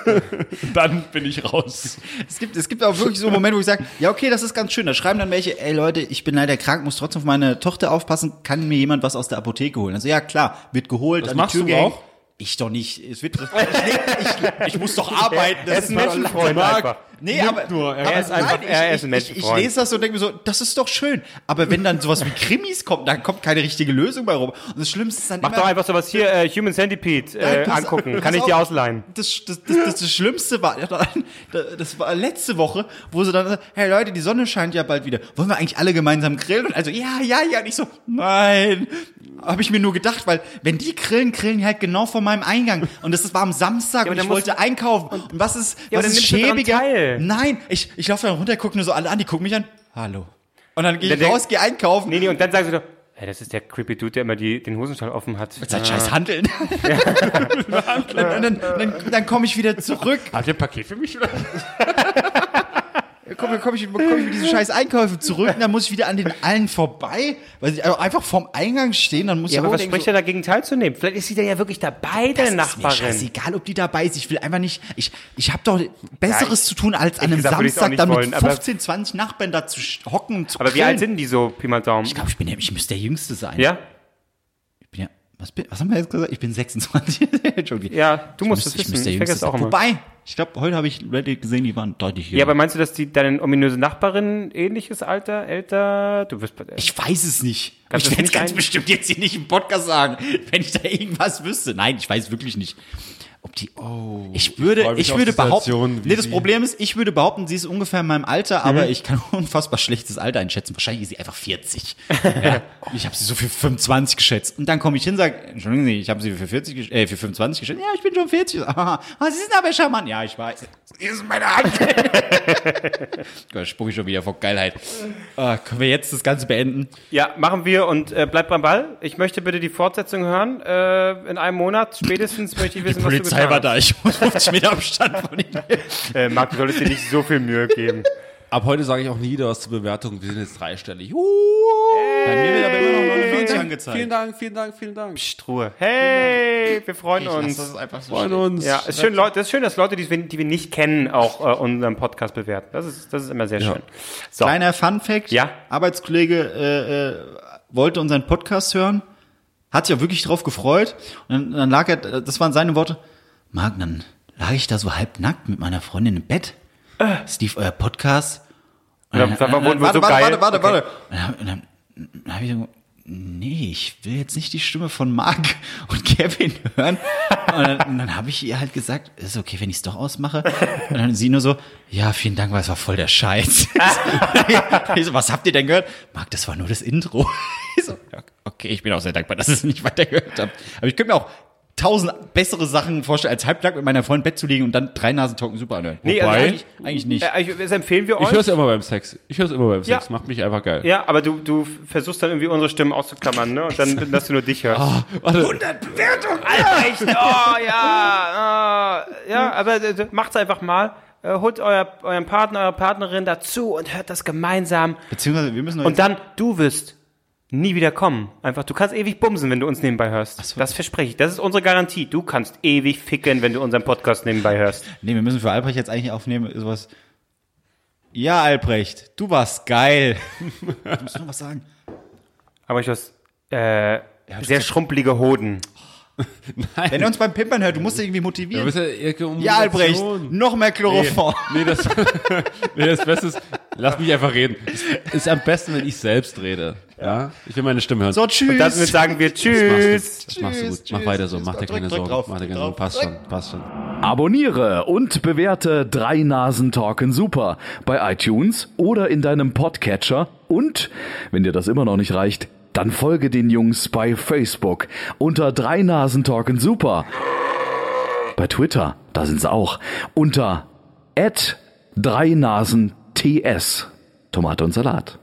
dann bin ich raus.
es gibt, es gibt auch wirklich so Momente, wo ich sage, ja, okay, das ist ganz schön. Da schreiben dann welche, ey Leute, ich bin leider krank, muss trotzdem auf meine Tochter aufpassen, kann mir jemand was aus der Apotheke holen? Also ja, klar, wird geholt, an die
machst
Tür
du
gehängt.
auch?
Ich doch nicht. Es wird, ich, ich, ich muss doch arbeiten.
Er ist ein
mir doch
Menschenfreund
langsam-
einfach.
Nee, aber
nur, er
aber
ist einfach- er ist ein
ich, ich, ich
Menschenfreund.
lese das so und denke mir so, das ist doch schön. Aber wenn dann sowas wie Krimis kommt, dann kommt keine richtige Lösung bei rum. Und das Schlimmste ist dann
Mach
immer,
doch einfach sowas hier, äh, Human Centipede, äh,
Nein, pass-
angucken.
pass
Kann ich
auf.
dir ausleihen?
Das, das, das, das, das Schlimmste war, das war letzte Woche, wo sie dann, hey Leute, die Sonne scheint ja bald wieder. Wollen wir eigentlich alle gemeinsam grillen? Und also, ja, ja, ja. Und ich so, nein. Habe ich mir nur gedacht, weil wenn die grillen, grillen die halt genau vor meinem Eingang. Und das war am Samstag und
dann
ich
musst-
wollte einkaufen. Und, was ist,
Ja,
was
aber dann
ist
nimmst du dran
schäbiger?
teil.
Nein, ich, ich laufe dann runter, gucke nur so alle an, die gucken mich an. Hallo. Und dann gehe
Dann
ich
denk-
raus, gehe einkaufen.
Nee, nee, und dann sagst du doch, ey, das ist der creepy Dude, der immer die, den Hosenstall offen hat.
Sein scheiß Handeln. und dann, dann, dann komme ich wieder zurück
Habt ihr ein Paket für mich?
Komm, komm, ich, komm ich mit diesen scheiß Einkäufen zurück und dann muss ich wieder an den allen vorbei, weil sie also einfach vorm Eingang stehen, dann muss
Ja,
ich
aber
auch
was
denken,
spricht er dagegen teilzunehmen? Vielleicht ist sie dann ja wirklich dabei, deine
das ist mir
Nachbarin.
scheißegal, ob die dabei ist. Ich will einfach nicht. Ich, ich habe doch Besseres zu tun, als an einem
gesagt, würde ich's auch
Samstag
nicht
dann
wollen,
mit
aber-
15, 20 Nachbarn da zu sch- hocken und zu
Aber wie
grillen.
alt sind die so, Pi mal Daumen?
Ich glaube, ich bin ja, ich müsste der Jüngste sein.
Ja?
Ich bin ja was, bin, was haben wir jetzt gesagt? Ich bin 26. Entschuldigung.
Ja, du musst
Müsste-
es wissen.
müsste der
Ich
Jüngste
vergesse auch
sein.
immer.
Wobei, ich glaube, heute habe ich Leute gesehen, die waren deutlich jünger.
Ja, aber meinst du, dass die deine ominöse Nachbarin ähnliches Alter, älter? Du wirst
Ich weiß es nicht.
Kannst
ich
du es
werde es
nicht
ganz
ein-
bestimmt jetzt hier nicht im Podcast sagen, wenn ich da irgendwas wüsste. Nein, ich weiß wirklich nicht. Ob die. ich würde,
freue mich
ich
auf
würde
die Situation,
behaupten.
wie
Nee, das
sie-
Problem ist, ich würde behaupten, sie ist ungefähr in meinem Alter, aber ich kann unfassbar schlechtes Alter einschätzen. Wahrscheinlich ist sie einfach 40. ja, ich habe sie so für 25 geschätzt. Und dann komme ich hin und sage, Entschuldigen Sie, ich habe sie für, 40, gesch- äh, für 25 geschätzt. Ja, ich bin schon 40. Ah, ah, sie sind aber charmant. Ja, ich weiß. Sie ist meine Hand. da spucke ich schon wieder vor Geilheit. Ah, können wir jetzt das Ganze beenden?
Ja, machen wir und äh, bleib beim Ball. Ich möchte bitte die Fortsetzung hören. Äh, in einem Monat spätestens möchte ich wissen, was du
Polizei
getan
war da, ich muss 50 Meter Abstand von ihm.
hast. Äh, Marc, du solltest dir nicht so viel Mühe geben.
Ab heute sage ich auch nie wieder was zur Bewertung. Wir sind jetzt dreistellig. Juhu.
Bei mir wird aber immer noch 49 angezeigt.
Vielen Dank, vielen Dank, vielen Dank.
Psst, Ruhe. Hey, wir freuen uns.
einfach so.
Freuen uns.
Ja, ist schön, Leute, ist schön, dass Leute, die, wir- die wir nicht kennen, auch äh, unseren Podcast bewerten. Das ist, das ist immer sehr schön. So.
Kleiner Fun Fact.
Ja.
Arbeitskollege äh, äh, wollte unseren Podcast hören, hat sich auch wirklich drauf gefreut. Und dann, dann lag er, äh, das waren seine Worte, Marc, dann lag ich da so halbnackt mit meiner Freundin im Bett. Steve, euer Podcast. Und
Äh.
äh,
Ja, da wurden wir
warte,
so
warte,
geil.
warte, warte,
Okay.
warte. Und dann, und dann, dann habe ich so, nee, ich will jetzt nicht die Stimme von Marc und Kevin hören. Und dann, und dann habe ich ihr halt gesagt, ist okay, wenn ich es doch ausmache. Und dann sie nur so, ja, vielen Dank, weil es war voll der Scheiß. ich so, was habt ihr denn gehört? Marc, das war nur das Intro. Ich so, ja, okay, ich bin auch sehr dankbar, dass ihr es nicht weitergehört habt. Aber ich könnte mir auch tausend bessere Sachen vorstellen, als halbnackt mit meiner Freundin im Bett zu liegen und dann drei Nasentalken super anhören.
Nee, also
Wobei-
eigentlich,
Eigentlich nicht.
äh, ich, das empfehlen wir euch.
Ich höre es immer beim Sex. Ich höre es immer beim Sex.
Ja.
Macht mich einfach geil.
ja, aber du, du versuchst dann irgendwie unsere Stimmen auszuklammern, ne? Und dann, dass du nur dich hörst.
Ah, Warte.
Albrecht, oh ja, ah, ja, aber äh, macht's einfach mal. Äh, Holt euer, euren Partner, eure Partnerin dazu und hört das gemeinsam.
Beziehungsweise wir müssen
Und dann, du wirst nie wieder kommen. Einfach, du kannst ewig bumsen, wenn du uns nebenbei hörst. Das verspreche ich. Das ist unsere Garantie. Du kannst ewig ficken, wenn du unseren Podcast nebenbei hörst.
Nee, wir müssen für Albrecht jetzt eigentlich aufnehmen, sowas. Ja, Albrecht, du warst geil. du musst noch was sagen.
Aber ich hast äh, sehr schrumpelige Hoden.
Wenn er uns beim Pimpern hört, du musst ihn irgendwie
Du bist
motivieren.
ja, Irke, um
Ja, Albrecht,
Motivation.
noch mehr Chloroform.
Nee, das, nee, das Beste ist, lass mich einfach reden. Es ist am besten, wenn ich selbst rede. Ja? Ich will meine Stimme hören.
So, tschüss.
Damit sagen wir Tschüss.
Das machst du
Tschüss,
gut.
tschüss,
Mach weiter so.
tschüss.
Mach dir
Drück,
keine
drück
Sorgen.
drauf,
Mach dir keine Sorgen.
drück drauf,
Passt
drück.
schon. Passt schon.
Abonniere und bewerte drei Nasen Talken Super bei iTunes oder in deinem Podcatcher und, wenn dir das immer noch nicht reicht, dann folge den Jungs bei Facebook unter drei Nasen Talken Super. Bei Twitter, da sind sie auch, unter drei Nasen TS. Tomate und Salat.